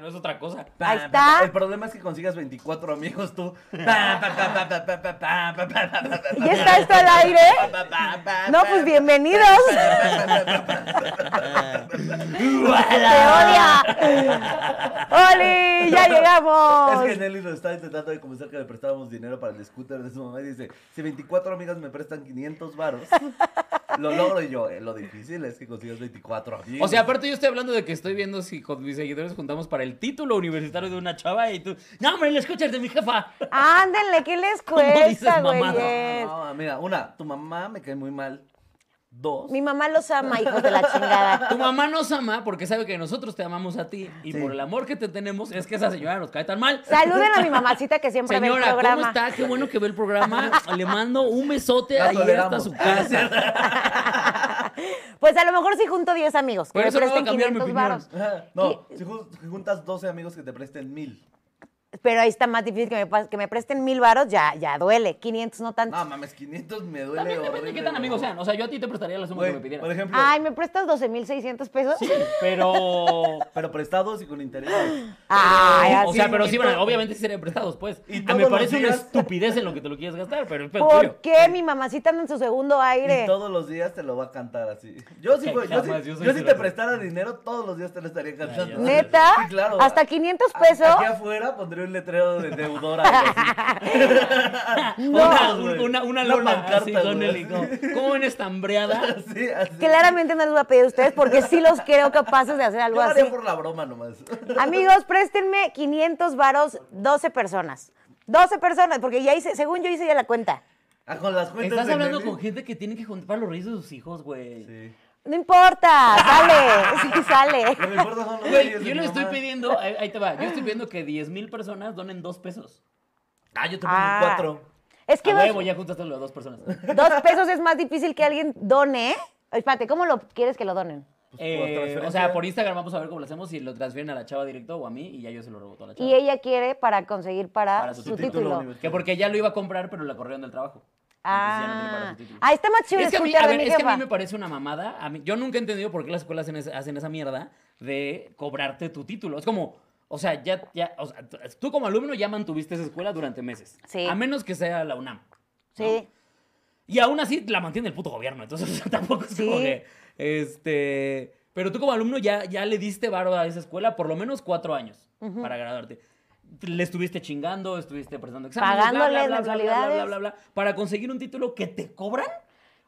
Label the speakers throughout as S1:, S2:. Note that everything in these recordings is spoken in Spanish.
S1: No es otra cosa.
S2: Ahí está.
S3: El problema es que consigas 24 amigos tú. Pa, pa, pa, pa, pa, pa, pa, pa, pa, pa, pa, pa,
S2: ¿Ya está esto al aire?
S3: pa, pa, pa, pa,
S2: No,
S3: pa,
S2: pues
S3: pa,
S2: bienvenidos. ¡Te
S3: ¡Uala!
S2: odia! ¡Oli! ¡Ya
S3: Es que
S2: llegamos!
S3: Nelly nos está intentando de convencer que le prestábamos dinero para el scooter de su mamá y dice, si 24 amigas me prestan 500 varos, lo logro Y yo. eh, lo difícil es que consigas 24 amigos.
S1: O sea, aparte yo estoy hablando de que estoy viendo si con mis seguidores juntamos para el título universitario de una chava y tú, no, hombre, el escuchas de mi jefa.
S2: Ándenle, ¿qué les
S1: ¿Cómo dices
S2: cuesta,
S1: mamada?
S2: güeyes?
S3: No, mira, una, tu mamá me cae muy mal. Dos.
S2: Mi mamá los ama, hijos de la chingada.
S1: Tu mamá nos ama porque sabe que nosotros te amamos a ti y por el amor que te tenemos es que esa señora nos cae tan mal.
S2: Saluden a mi mamacita que siempre ve el
S1: Señora,
S2: programa.
S1: ¿cómo está? Qué bueno que ve el programa. Le mando un besote
S3: La
S1: ahí hasta
S3: toleramos.
S1: su casa.
S2: Pues a lo mejor sí junto 10 amigos. Que
S1: Por
S2: me
S1: eso no voy a
S2: presten
S1: cambiar mi opinión.
S2: 500 varos.
S3: Ajá, No, si jun- si juntas 12 amigos que te presten mil.
S2: Pero ahí está más difícil que me, pas- que me presten mil varos, ya, ya duele. 500 no tanto.
S3: No, mames, 500 me duele
S1: También depende de
S3: horrible,
S1: qué tan
S3: güey.
S1: amigos sean. O sea, yo a ti te prestaría la suma
S3: Güey,
S1: que me pidieras.
S3: por ejemplo,
S2: Ay, ¿me prestas 12,600 pesos?
S1: Sí, pero...
S3: pero prestados y con intereses.
S2: Ay, así.
S1: o sea, pero sí, van a- obviamente sí serían prestados, pues.
S3: Y
S1: Ah, me
S3: todos los
S1: parece una
S3: días-
S1: estupidez en lo que te lo quieres gastar, pero es pedo tuyo.
S2: ¿Por qué mi mamacita anda en su segundo
S3: Y
S2: aire?
S3: todos los días te lo va a cantar así. Yo sí, güey, yo, sí-
S1: Jamás, yo soy
S3: yo si te
S1: celoso.
S3: prestara dinero, todos los días te lo estaría cantando.
S1: ya.
S2: ¿Neta?
S3: Sí, claro.
S2: ¿Hasta 500
S3: A-
S2: pesos?
S3: Aquí afuera pondría un letrero de deudora. algo así.
S2: No.
S1: Una,
S3: güey.
S1: una, una lona
S3: pancarta,
S1: así con
S3: güey.
S1: el hijo. ¿Cómo ven estambreada?
S3: Sí, así.
S2: Claramente no les voy a pedir a ustedes porque sí los creo capaces de hacer
S3: Yo
S2: algo
S3: lo
S2: así.
S3: haría por la broma nomás.
S2: Amigos, préstenme 500 varos, 12 personas. 12 personas, porque ya hice, según yo hice ya la cuenta.
S3: Ah, con las cuentas
S1: Estás
S3: de
S1: hablando
S3: Nelly.
S1: con gente que tiene que juntar los reyes de sus hijos, güey.
S3: Sí.
S2: No importa, sale, sí sale.
S3: Lo que importa son los
S1: Güey,
S3: reyes de
S1: yo
S3: mi
S1: le estoy
S3: mamá.
S1: pidiendo, ahí, ahí te va, yo estoy pidiendo que 10 mil personas donen dos pesos.
S3: Ah, yo te pongo
S2: Ah.
S3: cuatro.
S2: Es que
S1: A
S2: dos,
S1: huevo, ya juntaste las dos personas.
S3: Pues,
S2: dos pesos es más difícil que alguien done. Espérate, ¿cómo lo quieres que lo donen?
S1: Eh,
S3: por transferencia.
S1: o sea, por Instagram vamos a ver cómo lo hacemos, si lo transfieren a la chava directo o a mí, y ya yo se lo reboto a la chava.
S2: Y ella quiere para conseguir para,
S1: Para
S2: su,
S1: su
S2: título.
S1: título Que porque ya lo iba a comprar, pero la corrieron del trabajo. Entonces ya no tiene para
S2: Ah,
S1: su título.
S2: ahí está más chido
S1: Es que, a mí, a
S2: escuchar de
S1: ver,
S2: mi
S1: es que a
S2: jefa.
S1: mí me parece una mamada. A mí- yo nunca he entendido por qué las escuelas hacen, esa- hacen esa mierda de cobrarte tu título. Es como, o sea, ya, ya o sea, t- tú como alumno ya mantuviste esa escuela durante meses.
S2: Sí.
S1: A menos que sea la UNAM.
S2: Sí.
S1: Y aún así la mantiene el puto gobierno. Entonces o sea, tampoco es como
S2: Sí.
S1: que, Este. Pero tú como alumno ya, ya le diste varo a esa escuela por lo menos cuatro años para graduarte. Le estuviste chingando, estuviste prestando exámenes. bla, bla, bla, bla, bla,
S2: Pagándoles
S1: bla, bla,
S2: mensualidades.
S1: bla, bla, para conseguir un título que te cobran.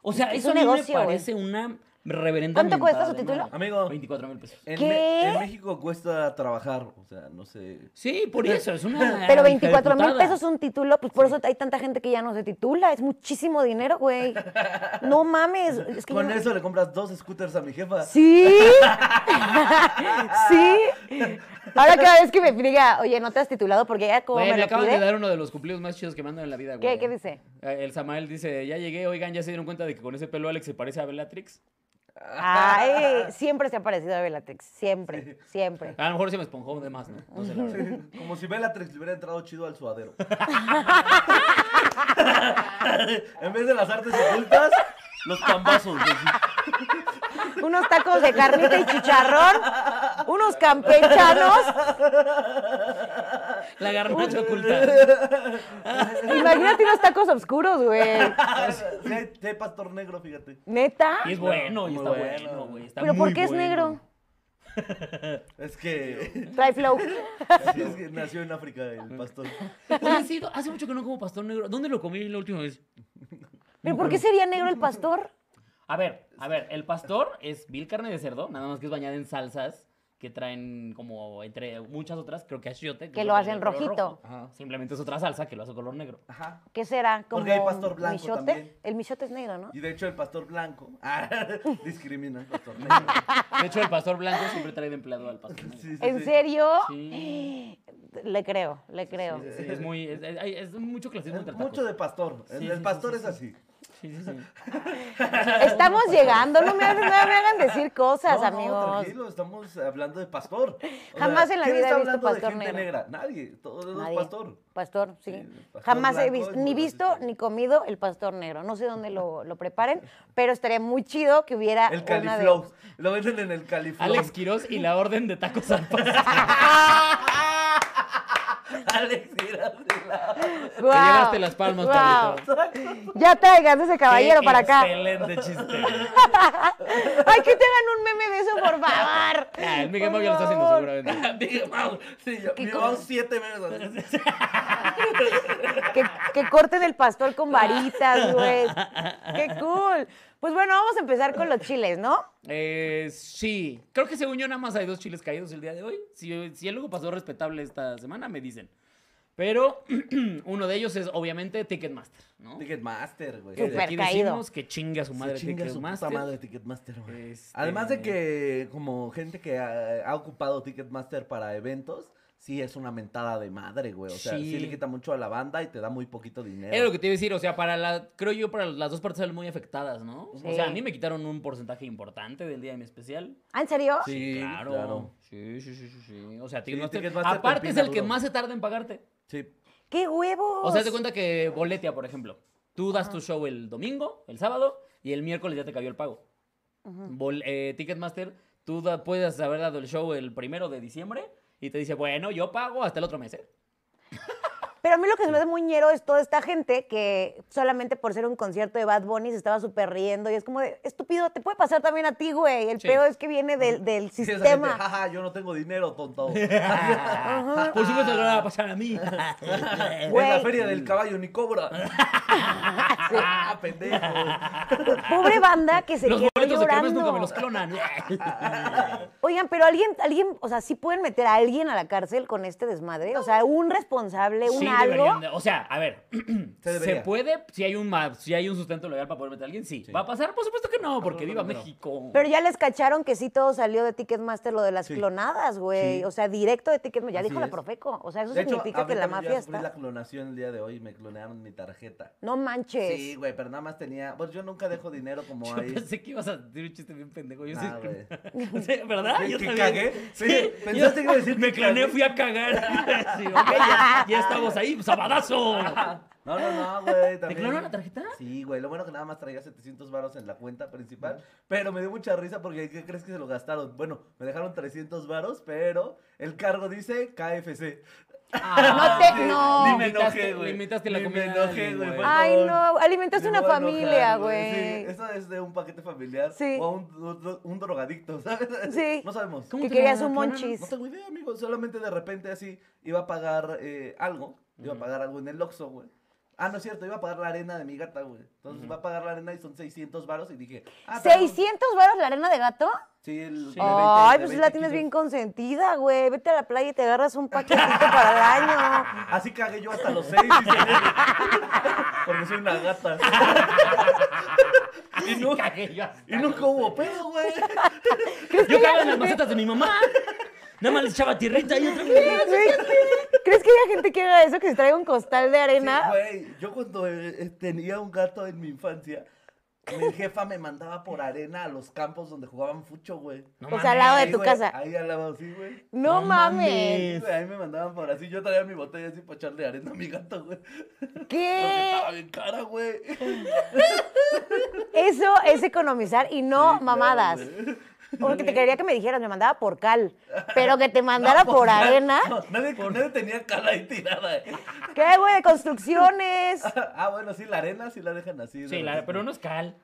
S1: O sea,
S2: Es
S1: eso
S2: un
S1: a mí me
S2: negocio, güey.
S1: parece una reverenda
S2: ¿Cuánto cuesta
S1: mentada
S2: su
S1: de
S2: título?
S1: madre.
S3: Amigo.
S1: 24 mil pesos.
S3: En,
S2: ¿Qué?
S3: Me- en México cuesta trabajar, o sea, no sé.
S1: Sí, por eso, es una
S2: Pero 24 mil pesos
S1: son
S2: un título, pues por eso hay tanta gente que ya no se titula. Es muchísimo dinero, güey. No mames. Es que
S3: Con
S2: yo no-
S3: eso le compras dos scooters a mi jefa.
S2: Sí. sí. Ahora cada vez que me diga, oye, no te has titulado porque ya como
S1: Güey,
S2: me
S1: me
S2: lo
S1: acaban
S2: pide.
S1: de dar uno de los cumplidos más chidos que me han dado en la vida,
S2: ¿Qué?
S1: güey.
S2: ¿Qué dice?
S1: Eh, El Samael dice, ya llegué, oigan, ¿ya se dieron cuenta de que con ese pelo Alex se parece a Bellatrix?
S2: Ay, siempre se ha parecido a Bellatrix. Siempre, siempre.
S1: A lo mejor se me esponjó de más, ¿no? No sé la verdad.
S3: Como si Bellatrix le hubiera entrado chido al suadero. en vez de las artes ocultas, los cambazos. así.
S2: Unos tacos de carnita y chicharrón. Unos campechanos.
S1: La garnacha oculta.
S2: Imagínate unos tacos oscuros, güey.
S3: Sí hay- sí hay pastor negro, fíjate.
S2: Neta.
S1: Y es bueno, y
S3: Muy
S1: está
S3: bueno.
S1: bueno, güey. está
S2: Pero ¿por
S1: muy
S2: qué es
S1: bueno.
S2: negro?
S3: Es que,
S2: Trae flow.
S3: es que nació en África el pastor.
S1: Oye, sí, no, hace mucho que no como pastor negro. ¿Dónde lo comí la última vez?
S2: ¿Pero por qué sería negro el pastor?
S1: A ver, a ver, el pastor es vil carne de cerdo, nada más que es bañada en salsas que traen como entre muchas otras, creo que achiote.
S2: Que
S1: es
S2: lo
S1: que tiene
S2: hacen
S1: color
S2: rojito.
S1: rojo. Ajá. Simplemente es otra salsa que lo hace color negro.
S3: Ajá.
S2: ¿Qué será? ¿Como
S3: Porque hay pastor blanco
S2: michote?
S3: también.
S2: El michote es negro, ¿no?
S3: Y de hecho el pastor blanco ah, discrimina al pastor negro.
S1: De hecho, el pastor blanco siempre trae de empleado al pastor negro.
S3: Sí, sí,
S2: ¿En
S3: sí.
S2: serio?
S1: Sí.
S2: Le creo, le creo.
S1: Sí, es muy. Es, es- hay- es mucho clasismo entre tacos.
S3: Mucho de pastor.
S1: Sí,
S3: el
S1: sí,
S3: pastor
S1: sí,
S3: es
S1: sí.
S3: así.
S1: Sí, sí, sí.
S2: Estamos llegando, no me, no me hagan decir cosas,
S3: No, no,
S2: amigos.
S3: tranquilo, estamos hablando de pastor. O
S2: Jamás en la
S3: ¿quién
S2: vida
S3: está
S2: he visto
S3: hablando de
S2: pastor
S3: gente
S2: negro.
S3: negra? Nadie, todo
S2: Nadie.
S3: es pastor.
S2: Pastor, sí.
S3: Sí, el pastor
S2: Jamás he
S3: blanco
S2: visto,
S3: es
S2: ni
S3: muy
S2: visto
S3: racista.
S2: ni comido el pastor negro. No sé dónde lo, lo preparen, pero estaría muy chido que hubiera
S3: El
S2: Ah, una de.
S3: califlow. Lo venden en el califlow.
S1: Alex Quiroz y la orden de tacos al pastor.
S3: Alex, mira, mira.
S1: Te
S2: ¡Guau!
S1: llevaste las palmas,
S2: ¡Guau!
S1: Pablito.
S2: Ya traigas ese caballero
S1: Qué
S2: para acá.
S1: Excelente chiste.
S2: Ay, que te hagan un meme de eso, por favor.
S1: Ah, el Miguel
S2: Por
S1: Mago ya lo está haciendo
S2: favor.
S1: seguramente.
S3: Big Mouth. Sí, yo-
S2: ¿Qué
S3: Big
S2: cosa?
S3: Mouth siete meses.
S2: Que, que corten el pastor con varitas, güey. ¡Qué cool! Pues bueno, vamos a empezar con los chiles, ¿no?
S1: Eh, sí, creo que según yo nada más hay dos chiles caídos el día de hoy. Si, si algo pasó respetable esta semana, me dicen. Pero uno de ellos es obviamente Ticketmaster, ¿no?
S3: Ticketmaster, güey.
S1: Que desde
S2: Súper
S1: aquí
S2: caído.
S1: decimos que chinga a su
S3: Se
S1: madre
S3: chinga su puta
S1: Ticketmaster.
S3: madre Ticketmaster, güey.
S1: Este-
S3: Además de que como gente que ha, ha ocupado Ticketmaster para eventos, sí es una mentada de madre, güey. O sea,
S1: Sí.
S3: sí. le quita mucho a la banda y te da muy poquito dinero.
S1: Era lo que te iba a decir, o sea, para la, creo yo, para las dos partes salen muy afectadas, ¿no? O
S2: Sí.
S1: sea, a mí me quitaron un porcentaje importante del día de mi especial.
S2: ¿Ah, ¿En serio?
S3: Sí,
S1: claro.
S3: claro.
S1: Sí, sí, sí, sí, sí. O sea, Ticketmaster,
S3: Ticketmaster
S1: aparte
S3: te
S1: es
S3: empina
S1: el que
S3: duro.
S1: más se tarda en pagarte.
S3: Sí.
S2: ¡Qué huevos!
S1: O sea, te cuenta que Boletia, por ejemplo, tú das tu show el domingo, el sábado, y el miércoles ya te cayó el pago. Bol- eh, Ticketmaster, tú da- puedes haber dado el show el primero de diciembre y te dice, bueno, yo pago hasta el otro mes. ¿eh?".
S2: Pero a mí lo que se me hace muy ñero es toda esta gente que solamente por ser un concierto de Bad Bunny se estaba súper riendo y es como de, estúpido, te puede pasar también a ti, güey. El
S1: Sí.
S2: pedo es que viene del, del
S3: Sí, esa gente,
S2: sistema.
S3: Jaja, yo no tengo dinero, tonto.
S1: Por supuesto que no va a pasar a mí.
S3: en la
S2: Güey.
S3: feria del caballo ni cobra. ah, pendejo.
S2: Pobre banda que se
S1: los
S2: quedó
S1: boletos de Kermés
S2: llorando.
S1: nunca me los clonan. ¿eh?
S2: Oigan, pero alguien, alguien, o sea, sí pueden meter a alguien a la cárcel con este desmadre. O sea, un responsable, un
S1: sí,
S2: algo.
S1: deberían de- O sea, a ver, se,
S3: debería.
S1: puede, si hay un ma- si hay un sustento legal para poder meter a alguien, sí. ¿Va a pasar? Por supuesto que no, porque viva México.
S2: Pero ya les cacharon que sí todo salió de Ticketmaster lo de las
S3: Sí.
S2: clonadas, güey.
S3: Sí.
S2: O sea, directo de Ticketmaster. Ya
S3: Así
S2: dijo la
S3: es.
S2: Profeco. O sea, eso
S3: De hecho,
S2: significa
S3: a
S2: que
S3: mí
S2: la
S3: también yo
S2: mafia
S3: sufrí
S2: está.
S3: la clonación el día de hoy y me clonaron mi tarjeta.
S2: No manches.
S3: Sí, güey, pero nada más tenía. Pues yo nunca dejo dinero como
S1: Yo
S3: ahí.
S1: pensé que ibas a decir un chiste bien pendejo. Yo
S3: Nah,
S1: sí.
S3: güey.
S1: O sea, ¿Verdad?
S3: ¿Que-
S1: Yo
S3: que
S1: también.
S3: cagué?
S1: Sí.
S3: Oye,
S1: yo-
S3: pensaste que iba a decir
S1: Me
S3: que
S1: cloné,
S3: cagué.
S1: fui a cagar. Sí, ok, ya, ya estamos ahí. pues, ¡Sabadazo!
S3: No, no, no, güey. también.
S1: clonaron la tarjeta?
S3: Sí, güey. Lo bueno que nada más traía 700 varos en la cuenta principal. Pero me dio mucha risa porque ¿qué crees que se lo gastaron? Bueno, me dejaron 300 varos, pero el cargo dice KFC.
S2: No te- no.
S3: Ni me enojé,
S1: Limitaste-
S3: güey.
S1: limitaste la
S3: Ni
S1: comida
S3: Me
S1: de
S3: enojé,
S1: alguien,
S3: güey.
S1: güey.
S3: fue
S2: Ay,
S3: todo.
S2: no, alimentaste
S3: Me
S2: una
S3: voy a
S2: familia,
S3: enojar,
S2: güey.
S3: Sí, eso es de un paquete familiar.
S2: Sí.
S3: O a un, un- un drogadicto, ¿sabes?
S2: Sí.
S3: No sabemos.
S1: ¿Cómo
S2: que
S1: te
S2: querías
S1: la
S2: un
S1: clonaron?
S2: monchis.
S3: No tengo idea, amigo. Solamente de repente así iba a pagar eh, algo. Iba a pagar algo en el Oxxo, güey. Ah, no es cierto, iba a pagar la arena de mi gata, güey. Entonces va a pagar la arena y son 600 varos y dije... Ah, perdón.
S2: ¿600 varos la arena de gato?
S3: Sí, el de 20, de
S2: Ay, pues
S3: 20
S2: la tienes bien
S3: kilos.
S2: consentida, güey. Vete a la playa y te agarras un paquetito para el año.
S3: Así cagué yo hasta los 6. Porque soy una gata. Ah, y, nu-
S1: Cagué yo hasta
S3: y nunca hubo pedo, güey.
S1: Yo cagaba en las macetas de mi mamá. Nada más le echaba tierrita y otra vez.
S2: Güey, ¿Crees que haya gente que haga eso, que se traiga un costal de
S3: Sí,
S2: arena?
S3: güey, yo cuando eh, eh, tenía un gato en mi infancia, mi jefa me mandaba por arena a los campos donde jugaban fucho, güey.
S1: No
S2: o sea, al lado de
S3: Ahí,
S2: tu
S3: güey,
S2: casa.
S3: Ahí al lado, sí, güey.
S2: No,
S1: No
S2: mames.
S1: mames.
S3: Sí, güey, Ahí me mandaban por así. Yo traía mi botella así para echarle arena a mi gato, güey. Porque
S2: ¿Qué?
S3: estaba bien cara, güey.
S2: Eso es economizar y no
S3: Sí,
S2: mamadas.
S3: claro, güey.
S2: Porque te quería que me dijeras, me mandaba por cal. Pero que te mandara por arena.
S3: No, nadie, nadie tenía cala ahí tirada. eh.
S2: ¿Qué, güey? De construcciones.
S3: Ah, bueno, sí, la arena sí la dejan así. de
S1: Sí, la-
S3: repente.
S1: pero no es cal.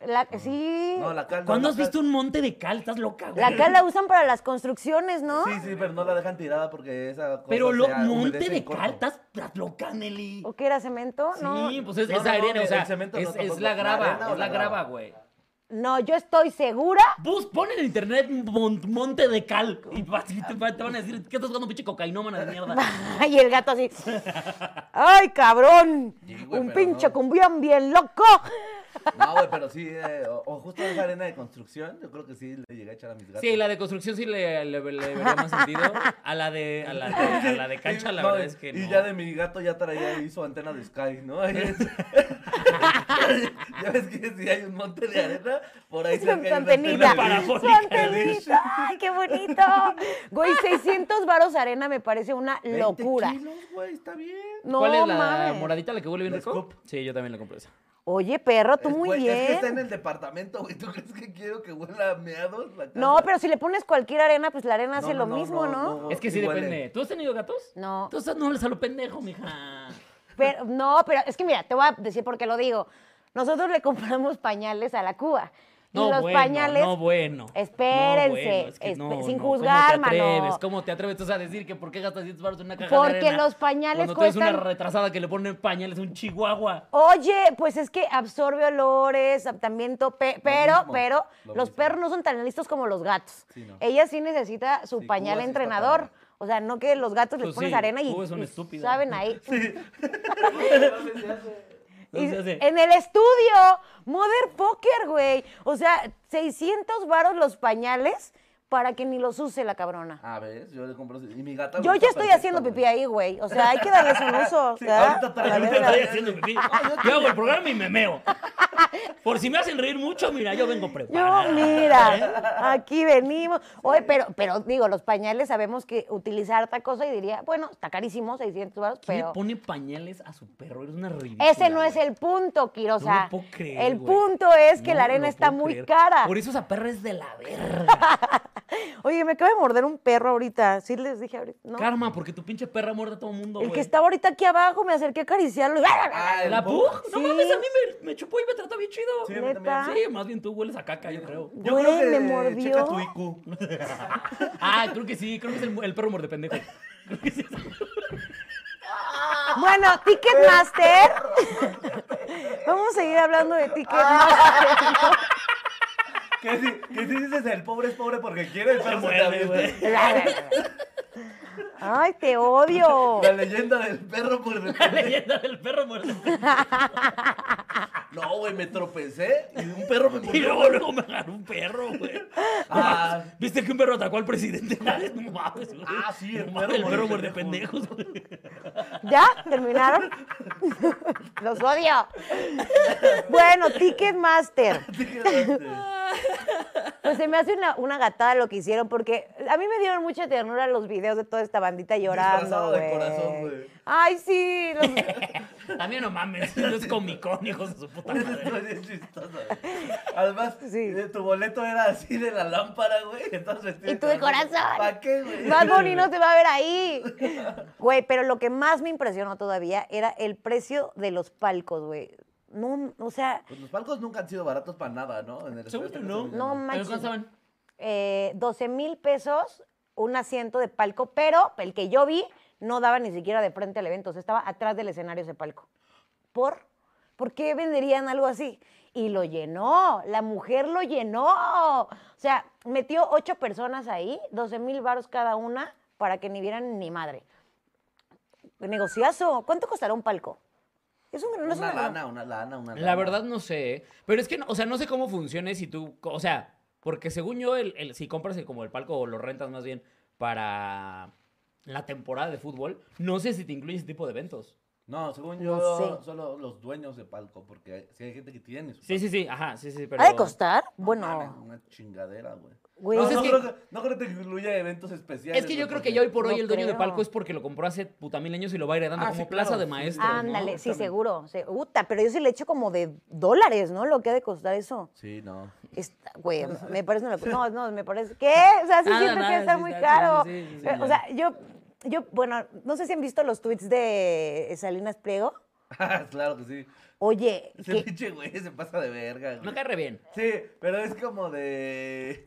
S2: La, sí.
S3: No, la cal. no,
S1: ¿Cuándo
S3: la
S1: has
S3: cal-
S1: visto un monte de cal? Estás loca, güey.
S2: La cal la usan para las construcciones, ¿no?
S3: Sí, sí, pero no la dejan tirada porque esa cosa
S1: Pero lo,
S3: se
S1: monte
S3: humedece
S1: de
S3: en corto.
S1: cal, estás estás loca, Nelly.
S2: ¿O qué era cemento? No.
S1: Sí, pues es,
S3: No,
S1: es
S3: no, no,
S1: arena, o
S3: el
S1: sea,
S3: cemento no
S1: es, es
S3: tampoco.
S1: la
S3: ¿La
S1: grava,
S3: arena o
S1: es la
S3: la
S1: grava,
S3: grava?
S1: güey.
S2: No, yo estoy segura.
S1: Bus, pon en internet mon- monte de cal y vas- y te, va- te van a decir, ¿qué estás jugando, pinche cocainómana de mierda?
S2: Y el gato así. ¡Ay, cabrón!
S3: Sí, güey,
S2: Un
S3: pero
S2: pinche
S3: no.
S2: cumbión bien loco.
S3: No, güey, pero sí, eh, o, o justo esa arena de construcción, yo creo que sí le llegué a echar a mis gatos.
S1: Sí, la de construcción sí le, le, le vería más sentido. A la de, a la de, a la de cancha, la
S3: No,
S1: verdad es que no.
S3: Y ya de mi gato ya traía ahí su antena de Sky, ¿no? Ahí es- ya ves que si hay un monte de arena, por ahí
S2: Su
S3: cerca hay una
S2: antenita.
S3: antena de-
S2: Su
S1: parabólica.
S2: antenita. Ay, qué bonito. Güey, 600 varos arena me parece una
S3: 20
S2: locura.
S3: kilos, güey, está bien.
S2: No
S1: ¿Cuál es la
S2: mames.
S1: moradita la que huele bien
S3: La
S1: rico?
S3: Scoop.
S1: Sí, yo también la compro esa.
S2: Oye, perro, tú
S3: Es,
S2: muy
S3: güey,
S2: bien.
S3: Es que está en el departamento, güey. ¿Tú crees que quiero que huela a meados la casa?
S2: No, pero si le pones cualquier arena, pues la arena
S3: No,
S2: hace
S3: no,
S2: lo
S3: no,
S2: mismo, ¿no?
S3: no.
S1: es que sí
S3: sí huele.
S1: depende. ¿Tú has tenido gatos?
S2: No.
S1: Entonces no hables a lo pendejo, mija.
S2: Pero, no, pero es que mira, te voy a decir por qué lo digo. Nosotros le compramos pañales a la Cuba. Y
S1: No,
S2: los
S1: bueno,
S2: pañales.
S1: no, bueno.
S2: Espérense,
S1: No, bueno, es que
S2: espe-
S1: no,
S2: sin
S1: no,
S2: juzgar,
S1: ¿cómo te
S2: mano.
S1: atreves? ¿Cómo te atreves tú a decir que por qué gastas 100 baros en una caja de
S2: Porque
S1: arena?
S2: los pañales
S1: Cuando tú eres una
S2: cuestan-
S1: retrasada que le ponen pañales a un chihuahua.
S2: Oye, pues es que absorbe olores, ab- también tope, pero,
S3: mismo,
S2: pero
S3: lo
S2: los
S3: mismo.
S2: perros no son tan listos como los gatos.
S3: Sí, no.
S2: Ella sí necesita su
S3: Sí,
S2: pañal
S3: Cuba sí está
S2: entrenador.
S3: cabrón.
S2: O sea, no que los gatos les
S1: Pues
S2: pones
S1: sí,
S2: arena y,
S1: Cuba es una
S2: y
S1: estúpida.
S2: saben ahí. Y
S1: Entonces, hace-
S2: en el estudio, Mother Poker, güey. O sea, 600 varos los pañales para que ni los use la cabrona.
S1: Ah,
S3: A ver, Ah, yo le compro. Y mi gata.
S2: Yo
S3: está
S2: ya estoy
S3: perfecta,
S2: haciendo
S3: güey.
S2: pipí ahí, güey. O sea, hay que darles un uso.
S3: Sí,
S2: ¿verdad?
S3: ahorita trae-
S2: La
S1: Ahorita
S2: verga.
S1: estoy haciendo pipí. Yo hago el programa y me meo. Por si me hacen reír mucho, mira, yo vengo preparado. ¿Eh?
S2: Yo, mira, aquí venimos. Oye, pero, pero digo, los pañales sabemos que utilizar otra cosa y diría, bueno, está carísimo, 600 baros,
S1: ¿Quién
S2: pero
S1: le pone pañales a su perro? Eres una ridícula.
S2: ese no es
S1: güey.
S2: el punto, Quirosa.
S1: No lo puedo creer,
S2: el
S1: güey.
S2: punto es que
S1: No
S2: la arena
S1: lo
S2: está
S1: puedo
S2: muy
S1: creer.
S2: cara.
S1: Por eso esa perra es de la verga.
S2: Oye, me acaba de morder un perro ahorita. Sí les dije ahorita, ¿no?
S1: Karma, porque tu pinche perra muerde a todo mundo,
S2: el
S1: güey.
S2: que estaba ahorita aquí abajo, me acerqué a acariciarlo. y-
S3: Ah, el
S1: ¿La
S3: Pug.
S1: Pug? No
S2: Sí.
S1: mames, a mí me, me chupó y me trató bien chido.
S3: Sí,
S1: Sí,
S3: a mí también.
S2: ¿Neta?
S1: más bien tú hueles a caca, yo creo.
S3: Yo creo
S2: Güey,
S3: que
S2: me
S3: Checa tu
S2: mordió.
S3: IQ.
S1: Ah, creo que sí, creo que es el, el perro muerde pendejo. Creo que sí.
S2: Bueno, Ticketmaster. Vamos a seguir hablando de Ticketmaster.
S3: ¿Qué si, que si dices el pobre es pobre porque quiere el perro se te
S1: muerde,
S3: avienta.
S1: güey.
S3: Ah.
S2: Ay, te odio.
S3: La leyenda del perro por el
S1: La leyenda del perro muerde pendejo.
S3: No, güey, me tropecé y un perro me
S1: Y
S3: mordió.
S1: luego, luego me agarró un perro, güey.
S3: Ah.
S1: ¿Viste que un perro atacó al presidente? No mames, güey.
S3: Ah, sí, el
S1: No mames,
S3: perro
S1: el perro muerde
S3: muerde
S1: pendejos. güey.
S2: ¿Ya? ¿Terminaron? Los odio. Bueno, Ticketmaster. Pues se me hace una, una gatada lo que hicieron, porque a mí me dieron mucha ternura los videos de toda esta bandita llorando.
S3: Disfrazado de
S2: güey.
S3: corazón, güey.
S2: Ay, sí. los-
S1: También no mames, no es comicón, hijos de su puta madre.
S3: Estoy bien chistosa, güey. Además,
S2: Sí.
S3: eh, tu boleto era así de la lámpara, güey. Entonces,
S2: Y tu de corazón.
S3: ¿Para qué, güey?
S2: Más bonito te va a ver ahí. Güey, pero lo que más me impresionó todavía era el precio de los palcos, güey. No, o sea,
S3: Pues los palcos nunca han sido baratos para nada, ¿no? En el
S1: Según yo,
S3: Estadio
S1: no.
S3: Azteca,
S2: No
S1: ¿Pero
S2: manches.
S1: cuánto saben?
S2: eh, 12 mil pesos un asiento de palco, pero el que yo vi no daba ni siquiera de frente al evento, o sea, estaba atrás del escenario ese palco. ¿Por? ¿Por qué venderían algo así? Y lo llenó, la mujer lo llenó. O sea, metió ocho personas ahí, 12 mil varos cada una, para que ni vieran ni madre. Negociazo, ¿cuánto costará un palco? Es un, no es
S3: Una
S2: una-
S3: lana, una lana, una lana.
S1: La verdad no sé, ¿eh? pero es que, no- o sea, no sé cómo funcione si tú, o sea, porque según yo, el, el- si compras el- como el palco o lo rentas más bien para la temporada de fútbol, no sé si te incluye ese tipo de eventos.
S3: No, según
S2: No
S3: yo,
S2: sé.
S3: solo los dueños de palco, porque hay- si hay gente que tiene su
S1: Sí, sí, sí, ajá, sí, sí, pero...
S2: ¿Ha de costar?
S3: palco. Mames,
S2: Bueno,
S3: Una chingadera, güey.
S2: güey.
S1: No
S3: No,
S1: sé,
S3: no,
S1: es
S3: creo que, no creo que te incluya eventos especiales.
S1: Es que
S3: güey,
S1: yo creo
S3: porque-
S1: que ya hoy por hoy
S2: No
S1: el dueño de
S2: creo.
S1: palco es porque lo compró hace puta mil años y lo va heredando
S3: Ah,
S1: como
S3: sí,
S1: plaza
S3: claro,
S1: de
S3: sí, sí.
S1: maestros, ¿no?
S2: Ándale, sí,
S3: También.
S2: seguro. se- Uta, pero yo sí le echo como de dólares, ¿no? Lo que ha de costar eso.
S3: Sí, no.
S2: Está- güey, me parece una... No, no, me parece... ¿Qué? O sea, sí
S1: Ah,
S2: siento
S1: no,
S2: que
S1: no,
S2: está
S1: sí
S2: muy
S1: está,
S2: caro.
S1: sí, sí, sí, sí,
S2: Pero, o sea, yo, yo, bueno, no sé si han visto los tweets de Salinas Pliego.
S3: claro que sí.
S2: Oye,
S3: Ese
S2: que-
S3: pinche güey se pasa de verga,
S1: No
S3: güey.
S1: cae re bien.
S3: Sí, pero es como de.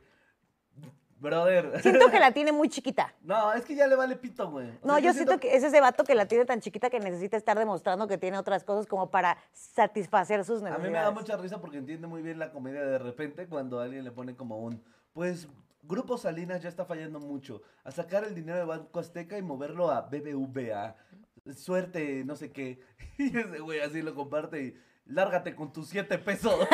S3: Brother.
S2: siento que la tiene muy chiquita.
S3: No, es que ya le vale pito, güey. O sea,
S2: No, yo siento, que es ese vato que la tiene tan chiquita que necesita estar demostrando que tiene otras cosas como para satisfacer sus
S3: A
S2: necesidades.
S3: mí me da mucha risa porque entiende muy bien la comedia de repente cuando alguien le pone como un. Pues. Grupo Salinas ya está fallando mucho. A sacar el dinero de Banco Azteca y moverlo a BBVA. Suerte, no sé qué. Y ese güey así lo comparte y. lárgate con tus 7 pesos.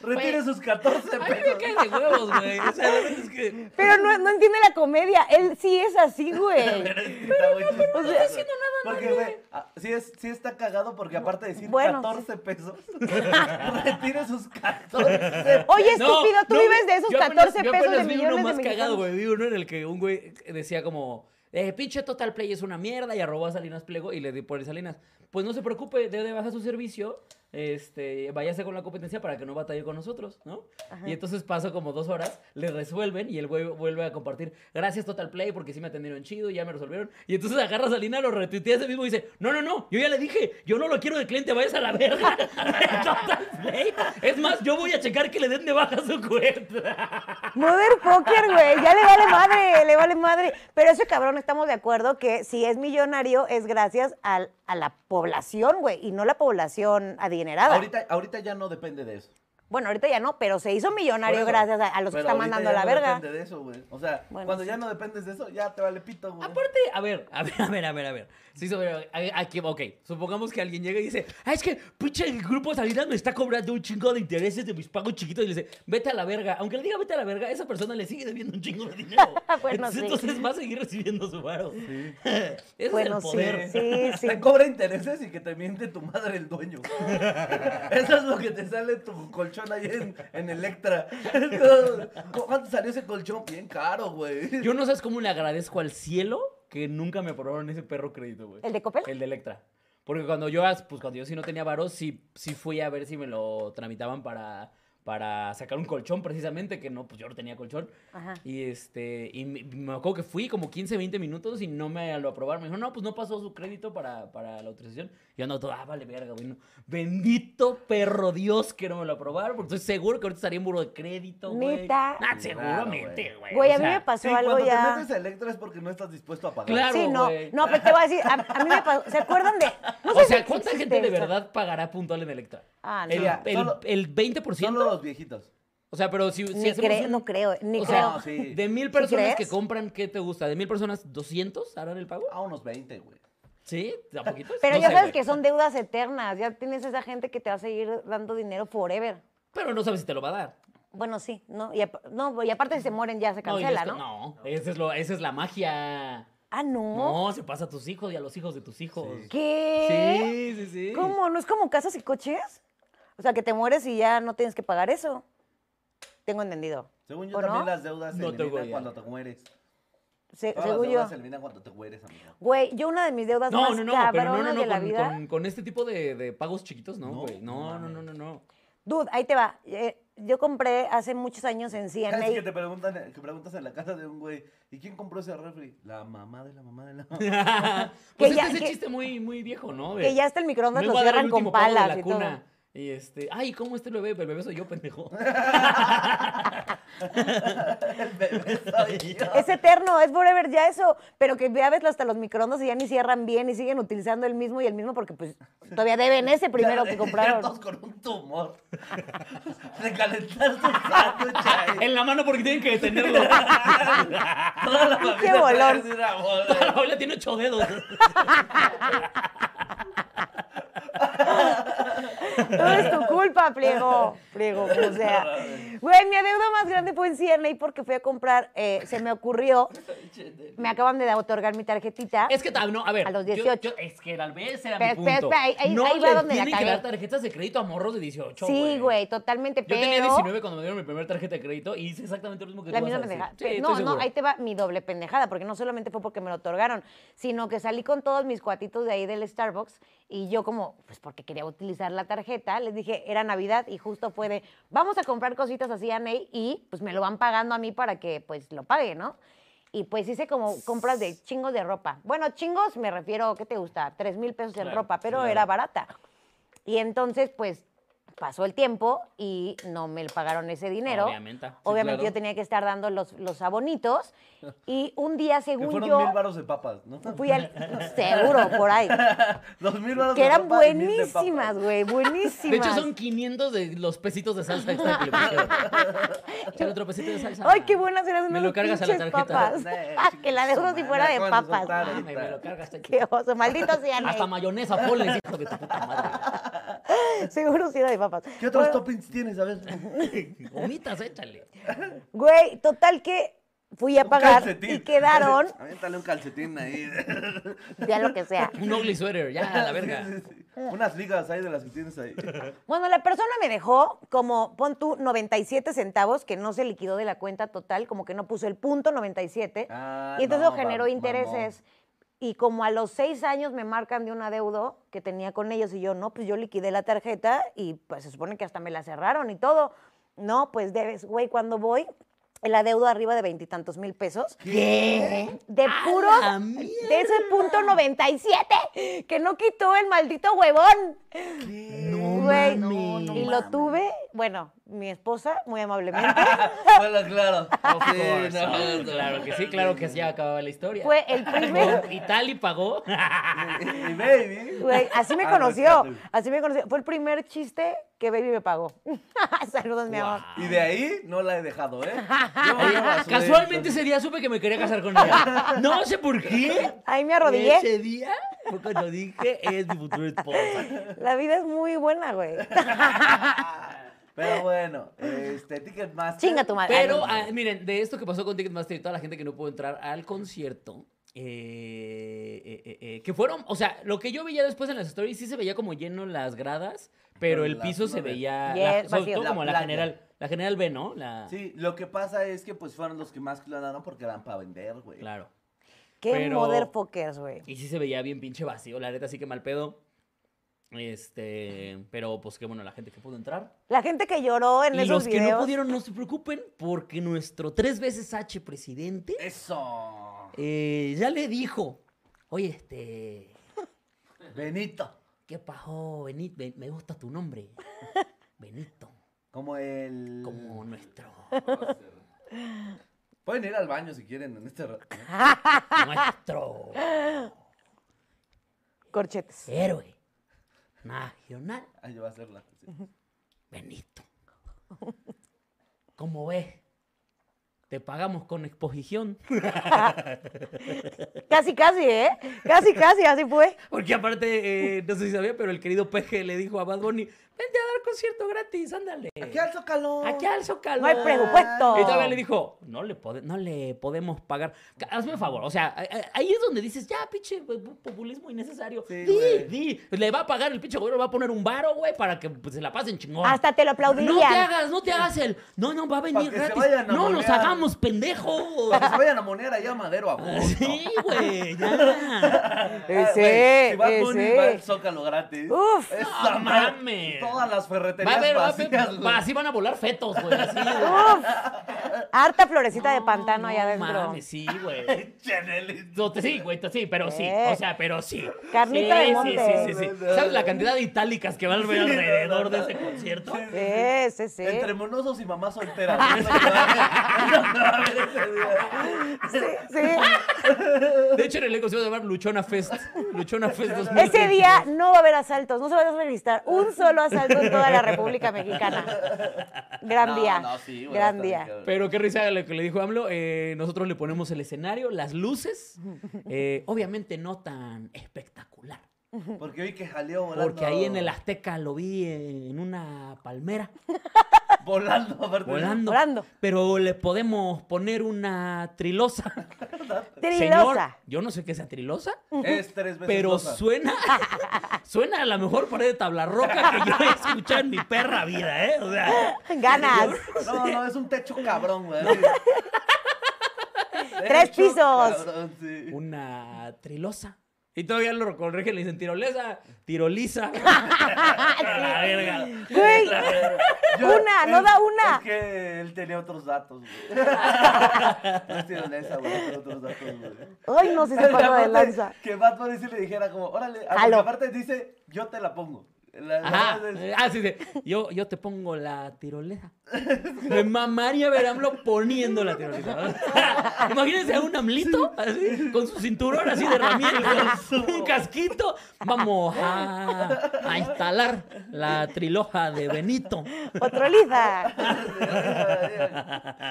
S3: Retire
S1: Güey.
S3: sus 14
S1: A mí me
S3: pesos.
S1: cae de huevos, güey. O sea, la verdad es que. No
S2: Pero no, no entiende la comedia. Él sí es así, güey.
S3: Pero es que está muy chistoso,
S2: está
S3: güey.
S1: haciendo nada,
S3: Porque, güey, ah, sí, es, sí está cagado porque aparte de decir
S2: Bueno,
S3: 14 pesos, retire sus 14
S2: Oye, estúpido, tú
S1: no,
S2: vives de esos
S1: yo apenas-
S2: 14
S1: yo
S2: pesos de
S1: apenas vi
S2: millones
S1: uno
S2: de
S1: más cagado,
S2: mexicanos.
S1: güey. Vi uno en el que un güey decía como, eh, pinche Total Play es una mierda y arrobó a Salinas Pliego y le di por Salinas. Pues no se preocupe, debe de bajar su servicio, este, váyase con la competencia para que no batalle con nosotros, ¿no? Y entonces pasó como dos horas, le resuelven y el güey vuelve a compartir, gracias Total Play porque sí me atendieron chido, ya me resolvieron. Y entonces agarra a Salinas, lo retuitea ese mismo y dice, no, no, no, yo ya le dije, yo no lo quiero de cliente, vayas a la verga. Total Play. Es más, yo voy a checar que le den de baja su cuenta.
S2: Mother Poker, güey. Ya le vale madre, le vale madre. Pero ese cabrón, estamos de acuerdo que si es millonario es gracias al- a la población, güey, y no la población adinerada.
S3: Ahorita, ahorita ya no depende de eso.
S2: Bueno, ahorita ya no, pero se hizo millonario
S3: Por eso.
S2: gracias a, a los que
S3: Pero
S2: están
S3: ahorita
S2: mandando a
S3: ya
S2: la
S3: no
S2: verga.
S3: depende de eso, güey. O sea,
S2: Bueno,
S3: cuando
S2: sí. Ah,
S3: ya no dependes de eso, ya te vale pito, güey.
S1: Aparte, a ver, a ver, a ver, a ver, a ver. Sí, sobre, a- aquí, ok. Supongamos que alguien llega y dice, ah, es que pinche el grupo Salinas me está cobrando un chingo de intereses de mis pagos chiquitos y le dice, vete a la verga. Aunque le diga vete a la verga, esa persona le sigue debiendo un chingo de dinero.
S2: Bueno,
S1: entonces,
S2: sí.
S1: entonces va a seguir recibiendo su varo. Ese
S2: Bueno,
S1: es el
S2: sí,
S1: poder.
S2: sí, sí.
S3: Te cobra intereses y que te miente tu madre el dueño. Eso es lo que te sale tu colchón ahí en, en Electra. ¿Cuánto salió ese colchón? Bien caro, güey.
S1: Yo no sabes cómo le agradezco al cielo que nunca me aprobaron ese perro crédito, güey.
S2: ¿El de Coppel?
S1: El de Electra. Porque cuando yo, pues cuando yo sí no tenía varos, sí, sí fui a ver si me lo tramitaban para, para sacar un colchón precisamente, que no, pues yo no tenía colchón.
S2: Ajá.
S1: Y este, y me, me acuerdo que fui como 15, 20 minutos y no me lo aprobaron. Me dijo, no, pues no pasó su crédito para, para la autorización. Yo ando todo, ah, vale, verga, güey. no. Bendito perro Dios que no me lo aprobaron, porque estoy seguro que ahorita estaría en buro de crédito, güey.
S2: Neta.
S1: Ah,
S3: Claro,
S1: seguramente, güey.
S3: güey.
S2: Güey,
S1: o
S2: a mí
S1: sea,
S2: me pasó
S3: Sí,
S2: algo
S3: cuando
S2: ya.
S3: te metes a Electra es porque no estás dispuesto a pagar.
S1: Claro.
S2: sí, no,
S1: güey.
S2: no, pero te voy a decir, a, a mí me pasó, ¿se acuerdan de? no
S1: o
S2: sé
S1: sea,
S2: si
S1: ¿cuánta
S2: existe
S1: gente de
S2: esto?
S1: verdad pagará puntual en Electra?
S2: Ah, no.
S1: el,
S3: Mira,
S1: el-
S3: solo-
S1: el 20%.
S3: Solo los viejitos.
S1: O sea, pero pues, si, si
S2: Ni
S1: hacemos
S2: cre-
S1: un-
S2: no creo, ni
S1: o
S2: creo.
S1: sea,
S3: No, sí.
S1: de mil personas que
S2: crees?
S1: compran, ¿qué te gusta? ¿De mil personas, 200 harán el pago?
S3: A unos 20, güey.
S1: Sí, ¿a poquitos?
S2: Pero
S1: No
S2: ya
S1: sé,
S2: sabes
S1: güey.
S2: que son deudas eternas, ya tienes esa gente que te va a seguir dando dinero forever.
S1: Pero no sabes si te lo va a dar.
S2: Bueno, sí, no, y, ap- no, y aparte si se mueren ya se
S1: No, y
S2: cancela,
S1: esto- No,
S2: ¿no?
S1: esa es, lo, esa es la magia.
S2: Ah, no.
S1: No, se pasa a tus hijos y a los hijos de tus hijos.
S2: ¿Qué?
S1: Sí, sí, sí.
S2: ¿Cómo? ¿No es como casas y coches? O sea, que te mueres y ya no tienes que pagar eso. Tengo entendido.
S3: Según yo,
S2: ¿O
S3: también
S2: no?
S3: las deudas se
S1: No tengo
S3: eliminan
S1: idea.
S3: cuando te mueres.
S2: Se-
S3: Todas
S2: según
S3: las
S2: yo.
S3: deudas se eliminan cuando te mueres, amigo.
S2: Güey, yo una de mis deudas
S1: No,
S2: más
S1: no, no, pero
S2: cabronas
S1: no, no, no,
S2: de la
S1: con,
S2: vida.
S1: con- con este tipo de, de pagos chiquitos, no,
S3: No,
S1: güey. No, no, no, no, no.
S2: Dude, ahí te va. Eh, yo compré hace muchos años en
S3: Cada
S2: CNA.
S3: vez que te preguntan, que preguntas en la casa de un güey, ¿y quién compró ese refri? La mamá de la mamá de la mamá.
S1: pues este
S2: ya-
S1: es el
S2: que-
S1: chiste muy, muy viejo, ¿no? De-
S2: Que ya hasta el microondas
S1: me
S2: lo
S1: voy a dar el
S2: cierran con
S1: último pavo de
S2: palas
S1: la
S2: y
S1: cuna.
S2: todo.
S1: Y este, ay, ¿cómo este bebé? El bebé soy yo, pendejo.
S3: El bebé soy yo.
S2: Es eterno, es forever ya eso. Pero que ya ves hasta los microondas y ya ni cierran bien y siguen utilizando el mismo y el mismo porque pues todavía deben ese primero
S3: Ya,
S2: que
S3: ya todos
S2: compraron.
S3: con un tumor. De calentar su sándwich ahí.
S1: en la mano porque tienen que detenerlo.
S3: Toda la familia trae
S2: bolón.
S3: así una bola.
S1: La abuela tiene ocho dedos.
S2: Todo es tu culpa, pliego. Pliego, o sea. Güey, mi deuda más grande fue en CNA porque fui a comprar, eh, se me ocurrió, me acaban de otorgar mi tarjetita.
S1: Es que, tal- no, a ver.
S2: A los
S1: yo-
S2: 18.
S1: yo- es que tal vez era mi
S2: Pero, espera,
S1: punto.
S2: espera, ahí- ahí-
S1: no
S2: ahí va
S1: le
S2: donde la
S1: tienen que
S2: cagué.
S1: dar tarjetas de crédito a morros de 18,
S2: Sí, güey, totalmente,
S1: Yo
S2: pero...
S1: tenía 19 cuando me dieron mi primera tarjeta de crédito y hice exactamente lo mismo que
S2: La
S1: tú
S2: misma
S1: vas a decir.
S2: pendejada.
S1: Sí,
S2: Pe-
S1: estoy
S2: no, no,
S1: seguro.
S2: ahí te va mi doble pendejada, porque no solamente fue porque me lo otorgaron, sino que salí con todos mis cuatitos de ahí del Starbucks y yo como, pues porque quería utilizar la tarjeta, les dije, era Navidad y justo fue de, vamos a comprar cositas así a Ney y pues me lo van pagando a mí para que pues lo pague, ¿no? Y pues hice como compras de chingos de ropa. Bueno, chingos me refiero, ¿qué te gusta? Tres mil pesos en
S1: Claro,
S2: ropa, pero
S1: claro.
S2: era barata. Y entonces, pues, pasó el tiempo y no me pagaron ese dinero.
S1: Obviamente. Sí,
S2: Obviamente
S1: claro.
S2: yo tenía que estar dando los, los abonitos. Y un día,
S3: Que
S2: según
S3: fueron
S2: yo,
S3: mil baros de papas, ¿no?
S2: fui al... Seguro, por ahí.
S3: Los mil baros
S2: Que
S3: de
S2: eran
S3: papas y mil de papas.
S2: buenísimas, güey, buenísimas.
S1: De hecho, son 500 de los pesitos de salsa extra que le pusieron. Échale otro pesito de salsa.
S2: Ay, qué buenas eran
S1: Me
S2: unas
S1: lo cargas a la
S2: pinches
S1: tarjeta.
S2: papas. Ah, que la dejo si fuera de
S3: Acaban de
S2: papas.
S3: soltar.
S1: Ay, me lo cargas.
S2: Qué oso, maldito sea.
S1: Hasta
S2: Ney.
S1: mayonesa ponle, hijo de tu puta madre.
S2: Seguro sí era de papas.
S3: ¿Qué otros
S2: Bueno,
S3: toppings tienes? A ver.
S1: Gomitas, échale.
S2: Güey, total que fui a
S3: Un
S2: pagar
S3: calcetín.
S2: y quedaron,
S3: Aviéntale un calcetín ahí.
S2: ya lo que sea.
S1: Un ugly sweater, ya, a la verga.
S3: Sí, sí, sí. Unas ligas ahí de las que tienes ahí.
S2: Bueno, la persona me dejó como, pon tú, 97 centavos que no se liquidó de la cuenta total, como que no puso el punto 97.
S3: Ah,
S2: y entonces
S3: no,
S2: generó
S3: mam-
S2: intereses. Y como a los seis años me marcan de un adeudo que tenía con ellos y yo, no, pues yo liquidé la tarjeta y pues se supone que hasta me la cerraron y todo. No, pues debes, güey, cuando voy, el adeudo arriba de veintitantos mil pesos.
S1: ¿Qué?
S2: De
S1: ¡A
S2: puro,
S1: la
S2: de ese punto 97 que no quitó el maldito huevón.
S1: No,
S2: Güey,
S1: no,
S2: y lo tuve, bueno, mi esposa, muy amablemente,
S3: Bueno, claro.
S1: Of
S3: Sí,
S1: course,
S3: no,
S1: ah,
S3: no.
S1: claro que sí, claro que sí, ya acababa la historia.
S2: fue el primer...
S1: Y tal y pagó.
S3: Y baby.
S2: Güey, así me
S3: Ah,
S2: conoció,
S3: rescate.
S2: así me conoció. Fue el primer chiste que Baby me pagó. Saludos, mi amor.
S1: Guau.
S3: Y de ahí no la he dejado, ¿eh? Yo
S1: Oye,
S3: no la subí.
S1: Ah, casualmente ese día supe que me quería casar con ella. No sé por qué.
S2: Ahí me arrodillé.
S1: Ese día fue cuando dije, es mi futura esposa.
S2: La vida es muy buena, güey.
S3: Pero bueno, este, Ticketmaster.
S2: Chinga tu madre.
S1: Pero ah, miren, de esto que pasó con Ticketmaster y toda la gente que no pudo entrar al concierto, eh, eh, eh, eh, que fueron, o sea, lo que yo veía después en las stories sí se veía como lleno las gradas, pero
S3: Pero
S1: el
S3: las
S1: piso se
S3: nubes.
S1: veía,
S2: Y
S1: la-
S2: es
S1: sobre
S2: vacío.
S1: todo
S3: La
S1: como la
S3: playa.
S1: general, la general B, ¿no? La,
S3: ah, Sí, lo que pasa es que pues fueron los que más clonaron porque eran para vender, güey.
S1: Claro.
S2: Qué
S1: Pero-
S2: motherfuckers, güey.
S1: Y sí se veía bien pinche vacío, la neta, así que mal pedo. Este, pero pues qué bueno, la gente que pudo entrar.
S2: La gente que lloró en
S1: Y
S2: esos
S1: los que no
S2: videos.
S1: pudieron, no se preocupen, porque nuestro tres veces H presidente
S3: Eso.
S1: eh, ya le dijo, oye, este,
S3: Benito.
S1: ¿qué pasó, Benito? me gusta tu nombre, Benito,
S3: Como el.
S1: como nuestro,
S3: Pueden ir al baño si quieren en este rato.
S1: nuestro
S2: Corchetes.
S1: héroe nacional,
S3: Ah, yo voy a hacerla. sí.
S1: Benito. ¿Cómo ves? Te pagamos con exposición.
S2: Casi, casi, ¿eh? Casi, casi, así fue.
S1: Porque aparte, eh, no sé si sabía, pero el querido Peje le dijo a Bad Bunny, vente a dar concierto gratis, ándale.
S3: Aquí al Zócalo.
S1: Aquí al Zócalo.
S2: No hay presupuesto.
S1: Y todavía le dijo, no le, pode- no le podemos pagar. Ca- Hazme un favor, o sea, a- a- ahí es donde dices, ya, pinche pues, populismo innecesario.
S3: Sí,
S1: di,
S3: güey.
S1: di. Le va a pagar el pinche gobierno, va a poner un varo, güey, para que pues, se la pasen chingón.
S2: Hasta te lo
S1: no te
S2: aplaudirían.
S1: hagas, no te hagas el. No, no, va a venir
S3: Pa' que se
S1: gratis.
S3: vayan a
S1: No nos
S3: molear.
S1: hagamos pendejos.
S3: Para que se vayan a monear allá a Madero a gusto.
S1: Sí, güey, ya.
S3: Ah,
S2: Ese,
S3: güey, si va
S2: ese.
S3: Bunny, va al Zócalo gratis.
S2: Uf.
S3: Esa
S1: No
S3: madre.
S1: mames.
S3: Todas
S1: Va
S3: las
S1: a
S3: ferreterías
S1: haber, va a haber-
S3: vacías. güey.
S1: va- así van a volar fetos, güey. así, güey.
S2: Harta florecita de
S1: No,
S2: pantano allá
S1: no
S2: adentro.
S1: mames, sí, güey.
S3: Chanel.
S1: No, te- sí, güey, te- sí, pero sí.
S2: Eh.
S1: O sea, pero sí.
S2: Carnita
S1: sí,
S2: de
S1: sí,
S2: monte.
S1: sí, sí, sí.
S3: No, no,
S1: ¿Sabes
S3: no.
S1: la cantidad de itálicas que van a haber
S3: Sí, no,
S1: alrededor
S3: no,
S1: de
S3: no.
S1: ese concierto?
S3: Sí, sí, sí.
S2: Sí, sí, sí.
S3: Entre monosos y mamás solteras. güey, es lo que va a haber. Es lo que va a haber ese día.
S2: Sí, sí.
S1: De hecho, en el eco se va a llamar Luchona Fest. Luchona Fest 2000.
S2: Ese día no va a haber asaltos, no se va a registrar un solo asalto en toda la República Mexicana. Gran
S3: No,
S2: día.
S3: no, sí, güey,
S2: gran
S3: está bien,
S2: día.
S3: cabrón.
S1: Pero qué risa lo que le dijo AMLO. eh, nosotros le ponemos el escenario, las luces. eh, obviamente no tan espectacular.
S3: Porque vi que jaleó volando.
S1: Porque ahí en el Azteca lo vi en una palmera.
S3: Volando, aparte.
S1: Volando.
S2: Volando.
S1: Pero le podemos poner una trilosa. Señor,
S2: Trilosa.
S1: yo no sé qué sea trilosa.
S3: Es tres veces.
S1: Pero
S3: losa.
S1: suena, suena a la mejor pared de tabla roca que yo he escuchado en mi perra vida, ¿eh? O sea,
S2: Ganas.
S3: No, no, es un techo cabrón, güey.
S2: Tres
S3: Techo
S2: pisos.
S3: cabrón, sí.
S1: una trilosa. Y todavía lo corrigen, le dicen tirolesa, tiroliza. La verga.
S2: Güey, Una, no da una.
S3: Es que él tenía otros datos, güey. No es tironesa, güey, tenía otros datos, güey.
S2: ay, no sé si se pasó de
S3: Aparte,
S2: lanza.
S3: Que Bad Bunny sí le dijera como, órale, ah, porque
S2: Jalo.
S3: aparte dice, yo te la pongo. La- la
S1: Ajá.
S3: verdad es-
S1: Ah, sí, sí. Yo, yo te pongo la tirolesa. Me mamaría ver a AMLO poniendo la tirolesa. Imagínense a un AMLito así, con su cinturón así de herramientas, un casquito. Vamos a, a instalar la triloja de Benito.
S2: Otro liza.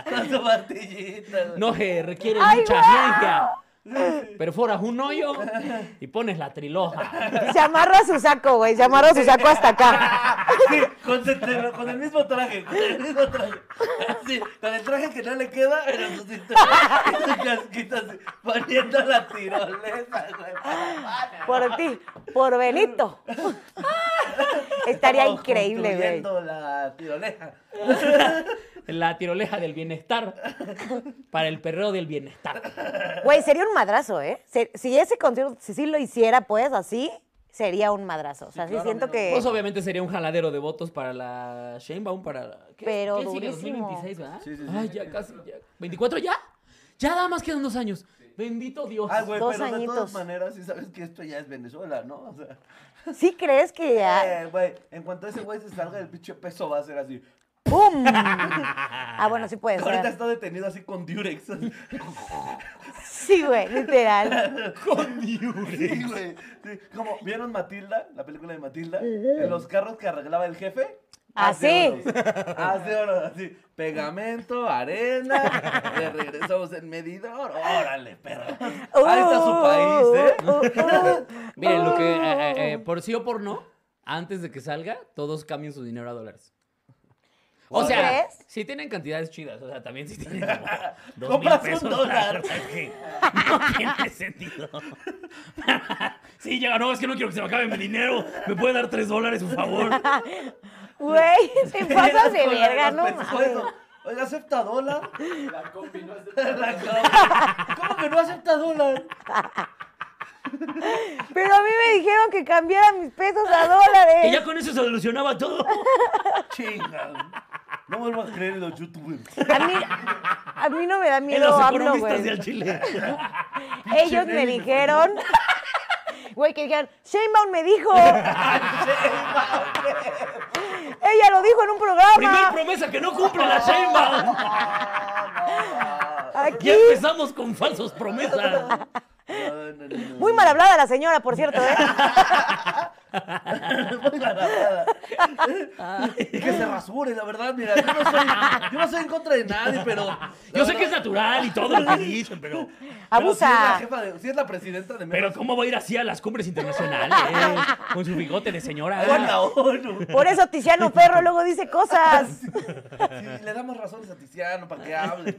S3: Con su martillita, güey.
S1: No se requiere
S2: ¡Ay,
S1: mucha
S2: guau!
S1: ciencia. Perfora un hoyo y pones la triloja.
S2: Se amarra su saco, güey. Se amarra su saco hasta acá.
S3: Sí, con, se- con el mismo traje, con el mismo traje. Sí, con el traje que no le queda, pero su cinturón y su casquito así, poniendo la tirolesa, güey.
S2: Por ti, por Benito. Estaría
S3: Estamos
S2: increíble, güey.
S3: construyendo la tiroleja.
S1: La tiroleja del bienestar para el perreo del bienestar.
S2: Güey, sería un madrazo, ¿eh? Se- si ese concierto, si sí lo hiciera, pues, así, sería un madrazo. O sea,
S3: Sí,
S2: sí,
S3: claro,
S2: siento
S3: menos-
S2: que...
S1: Pues obviamente sería un jaladero de votos para la Sheinbaum, para... ¿Qué,
S2: Pero
S1: ¿qué sigue?
S2: durísimo.
S1: 2026, ¿verdad?
S3: Sí, sí, sí.
S1: Ay, ya casi, ya. ¿24 ya? Ya nada más quedan dos años. Bendito Dios.
S3: Ay, Ah, güey,
S2: Dos
S3: pero de
S2: añitos.
S3: todas maneras, sí sabes que esto ya es Venezuela, ¿no? O sea,
S1: Pues,
S2: ¿Sí crees que ya...?
S3: eh, güey, en cuanto ese güey se salga del pinche peso, va a ser así.
S2: ¡Pum! Ah, bueno, sí puede
S3: Ahorita
S2: ser.
S3: está detenido así con Durex. así.
S2: Sí, güey, literal.
S1: Con Dios.
S3: Sí, güey. Sí, Como, ¿vieron Matilda? La película de Matilda. En los carros que arreglaba el jefe.
S2: Ah,
S3: haz de
S2: Así.
S3: oro. Haz de oro, así. Pegamento, arena. Le regresamos el medidor. Órale, perro. Ahí está su
S2: Uh,
S3: país, ¿eh?
S1: Miren, lo que... eh, eh,
S2: Oh.
S1: eh, por sí o por no, antes de que salga, todos cambien su dinero a dólares. O
S2: ¿Sí
S1: sea,
S2: crees?
S1: si tienen cantidades chidas, o sea, también si tienen como dos
S3: Compras
S1: mil pesos,
S3: un dólar.
S1: o sea, que No tiene sentido. sí, ya no, es que no quiero que se me acabe mi dinero. ¿Me puede dar tres dólares, por favor?
S2: Güey, te pasas de
S3: Con la-
S2: verga,
S3: los
S2: no mames.
S3: pescuezos. Oiga, ¿acepta dólar?
S4: La combi no es de
S3: La com- ¿Cómo que no acepta dólar?
S2: Pero a mí me dijeron que cambiara mis pesos a dólares.
S1: Que ya con eso se solucionaba todo.
S3: Chinga. No vuelvo a creer en los youtubers.
S2: A mí, a mí no me da
S1: En
S2: miedo
S1: los
S2: AMLO,
S1: economistas de
S2: güey.
S1: al Chile.
S2: Ellos me
S3: Pinche
S2: dijeron. Güey, que dijeron, Sheinbaum me dijo. Ella lo dijo en un
S1: Primer
S2: programa.
S1: promesa que no cumple la Sheinbaum.
S2: Aquí.
S1: Ya empezamos con falsos promesas.
S3: No, no, no, no.
S2: Muy mal hablada la señora, por cierto, ¿eh?
S3: Muy barajada. Y que se rasure, la verdad, mira, yo no soy, yo no soy en contra de nadie, pero. la
S1: Yo sé
S3: verdad,
S1: que es natural y todo lo que dicen, pero...
S3: pero Si es
S2: Abusa.
S3: la jefa de- si es la presidenta de
S1: Pero
S3: México.
S1: ¿cómo va a ir así a las cumbres internacionales? Con su bigote de señora.
S3: en la ONU.
S2: Por eso Tiziano Ferro luego dice cosas.
S3: Sí, le damos razones a Tiziano para que hable.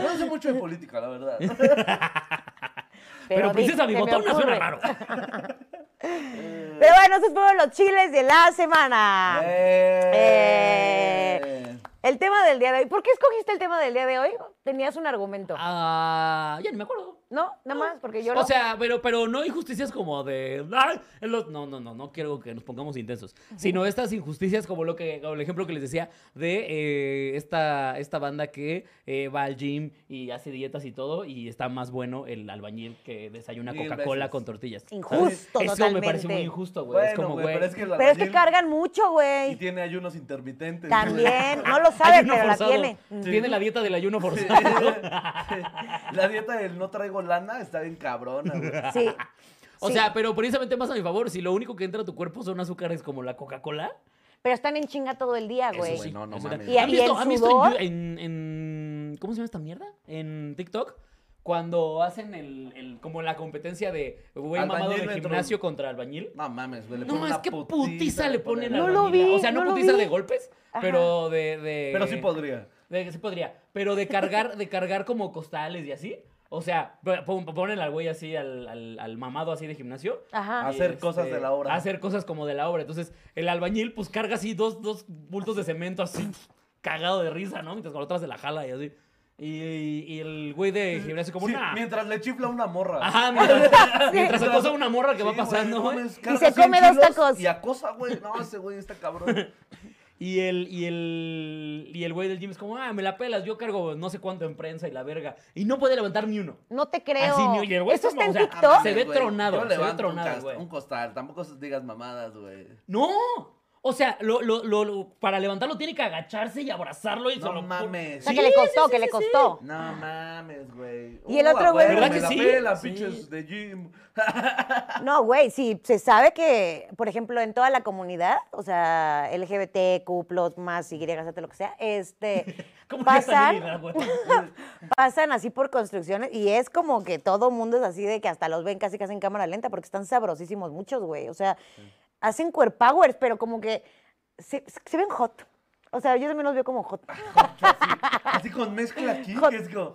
S3: No sé mucho de política, la verdad.
S1: Pero,
S2: di-
S1: princesa
S2: se me
S1: pues bigotona suena
S2: ocurre.
S1: raro.
S2: Pero bueno, esos fueron los chiles de la semana.
S3: Eh.
S2: Ah. Eh. El tema del día de hoy. ¿Por qué escogiste el tema del día de hoy? Tenías un argumento.
S1: Ah, ya ni me acuerdo.
S2: No, nada más, porque yo
S1: O
S2: no.
S1: sea, pero, pero no injusticias como de. "Ay, en los-". No, no, no, no quiero que nos pongamos intensos. Sino estas injusticias como lo que, como el ejemplo que les decía de eh, esta, esta banda que eh, va al gym y hace dietas y todo, y está más bueno el albañil que desayuna
S3: Mil
S1: Coca-Cola
S3: veces.
S1: con tortillas.
S2: Injusto,
S1: Eso me parece
S2: totalmente.
S1: muy injusto, güey.
S3: Bueno,
S1: es como,
S3: güey,
S1: güey.
S3: pero es que el
S2: Pero es que
S3: albañil-
S2: cargan mucho,
S3: Y
S2: güey.
S3: tiene ayunos intermitentes.
S2: También. Ah, No lo sabe,
S1: Ayuno
S2: pero la
S1: forzado.
S2: tiene.
S1: Tiene la dieta del ayuno
S3: güey.
S1: forzado.
S3: La dieta del no traigo lana está bien cabrona, güey.
S2: Sí.
S1: O
S2: Sí.
S1: sea, pero precisamente más a mi favor, si lo único que entra a tu cuerpo son azúcares como la Coca-Cola.
S2: Pero están en chinga todo el día, güey.
S1: Eso sí,
S3: no, no
S1: eso
S3: mames.
S1: también.
S2: Y-
S1: ¿Han
S2: y
S1: visto,
S2: el
S1: han visto
S2: sudor.
S1: en, en- ¿Cómo se llama esta mierda? En TikTok. Cuando hacen el, el- como la competencia de güey
S3: Albañil
S1: mamado de
S3: dentro-
S1: gimnasio contra albañil.
S3: No mames, güey. le
S1: No,
S3: ponen
S1: es
S3: una
S1: que putiza le ponen
S2: No
S1: al
S2: lo
S1: albañil.
S2: vi,
S1: O sea, no,
S2: no lo
S1: putiza
S2: vi.
S1: de golpes,
S2: Ajá.
S1: pero de, de-
S3: Pero sí podría.
S1: de- sí podría. Pero de cargar, de cargar como costales y así. O sea, pon- ponen al güey así, al, al- al mamado así de gimnasio.
S2: Ajá.
S3: Hacer cosas de la obra.
S1: Ah, este, Hacer cosas como de la obra. Entonces, el albañil, pues carga así dos, dos bultos de cemento así, cagado de risa, ¿no? Mientras con otras se la jala y así. Y, y el güey de gimnasio, como
S3: Mm. Sí,
S1: una.
S3: Mientras le chifla una morra.
S1: Ajá, mientras, mientras
S3: Sí.
S1: acosa una morra que va
S3: Sí, güey,
S1: pasando,
S3: no
S1: güey.
S3: mames,
S2: Y
S3: carga
S2: se
S3: 100
S2: come dos
S3: kilos
S2: tacos.
S3: Y acosa, güey. No, ese güey está cabrón.
S1: Y el, y el, y el güey del gym es como, ah, me la pelas, yo cargo no sé cuánto en prensa y la verga. Y no puede levantar ni uno.
S2: No te creo.
S1: Así, ni- y el güey
S2: ¿Eso
S1: está
S2: está
S1: como,
S2: en
S1: o sea,
S2: TikTok?
S1: se ve
S3: Ah, Güey,
S1: tronado,
S3: yo
S1: se ve
S3: levanto un
S1: tronado,
S3: cas-
S1: güey.
S3: Un costal, tampoco digas mamadas, güey.
S1: ¡No! O sea, lo, lo- lo- lo- para levantarlo tiene que agacharse y abrazarlo y se
S3: No
S1: lo-
S2: O
S3: mames.
S2: sea,
S1: Sí,
S2: que le costó,
S1: sí,
S2: que
S1: sí,
S2: le
S1: sí.
S2: costó.
S3: No mames, güey. Uh,
S2: Y el otro güey-
S1: Ah. ¿Verdad
S3: me
S1: que
S3: la
S1: sí?
S3: pela,
S1: Sí.
S3: pinches de gym.
S2: No, güey, si se sabe que, por ejemplo, en toda la comunidad, o sea, LGBTQ, plus, más, Y, Z, lo que sea, este,
S1: ¿Cómo que esa
S2: pasan,
S1: habilidad, güey?
S2: pasan así por construcciones y es como que todo mundo es así de que hasta los ven casi casi en cámara lenta porque están sabrosísimos muchos, güey. O sea, hacen cuerp powers, pero como que se, se ven hot. O sea, yo también los veo como hot.
S3: Así con mezcla aquí,
S2: Hot.
S3: que es como.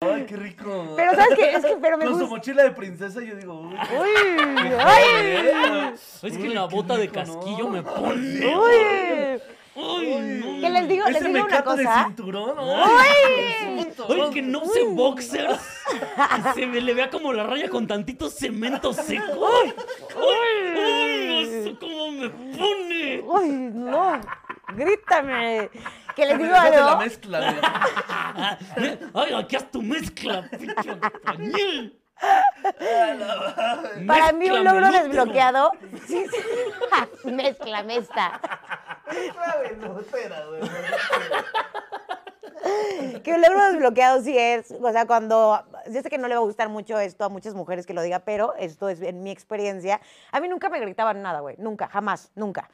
S3: Ay, qué rico.
S2: Pero, ¿sabes qué? Es que- pero me
S3: Con su
S2: gusta-
S3: mochila de princesa, yo digo, uy. qué
S2: ¡Uy!
S3: rico.
S1: Es que
S3: Uy,
S1: la
S3: qué
S1: bota de
S3: rico, ¿no?
S1: casquillo me pone.
S2: ¡Uy!
S1: Ay,
S2: Que les digo, les
S3: Ese
S2: digo una
S3: mecato de
S2: cosa.
S3: cinturón,
S2: ¡Uy!
S1: no. Ay, que no use boxers. Que se me le vea como la raya con tantito cemento seco. Ay, ay, eso cómo me pone.
S2: ¡Uy, no! ¡Grítame! Que les digo
S3: Hace la
S2: algo.
S3: mezcla, güey.
S1: Ay, aquí haz tu mezcla, pinche albañil.
S2: Para mí un
S1: Mézclame
S2: logro
S1: el útero.
S2: desbloqueado. Sí, sí. Mézclame esta.
S3: Mezcla velocera, güey.
S2: Que un logro desbloqueado sí es. O sea, cuando. Yo sé que no le va a gustar mucho esto a muchas mujeres que lo diga, pero esto es en mi experiencia. A mí nunca me gritaban nada, güey. Nunca, jamás, nunca.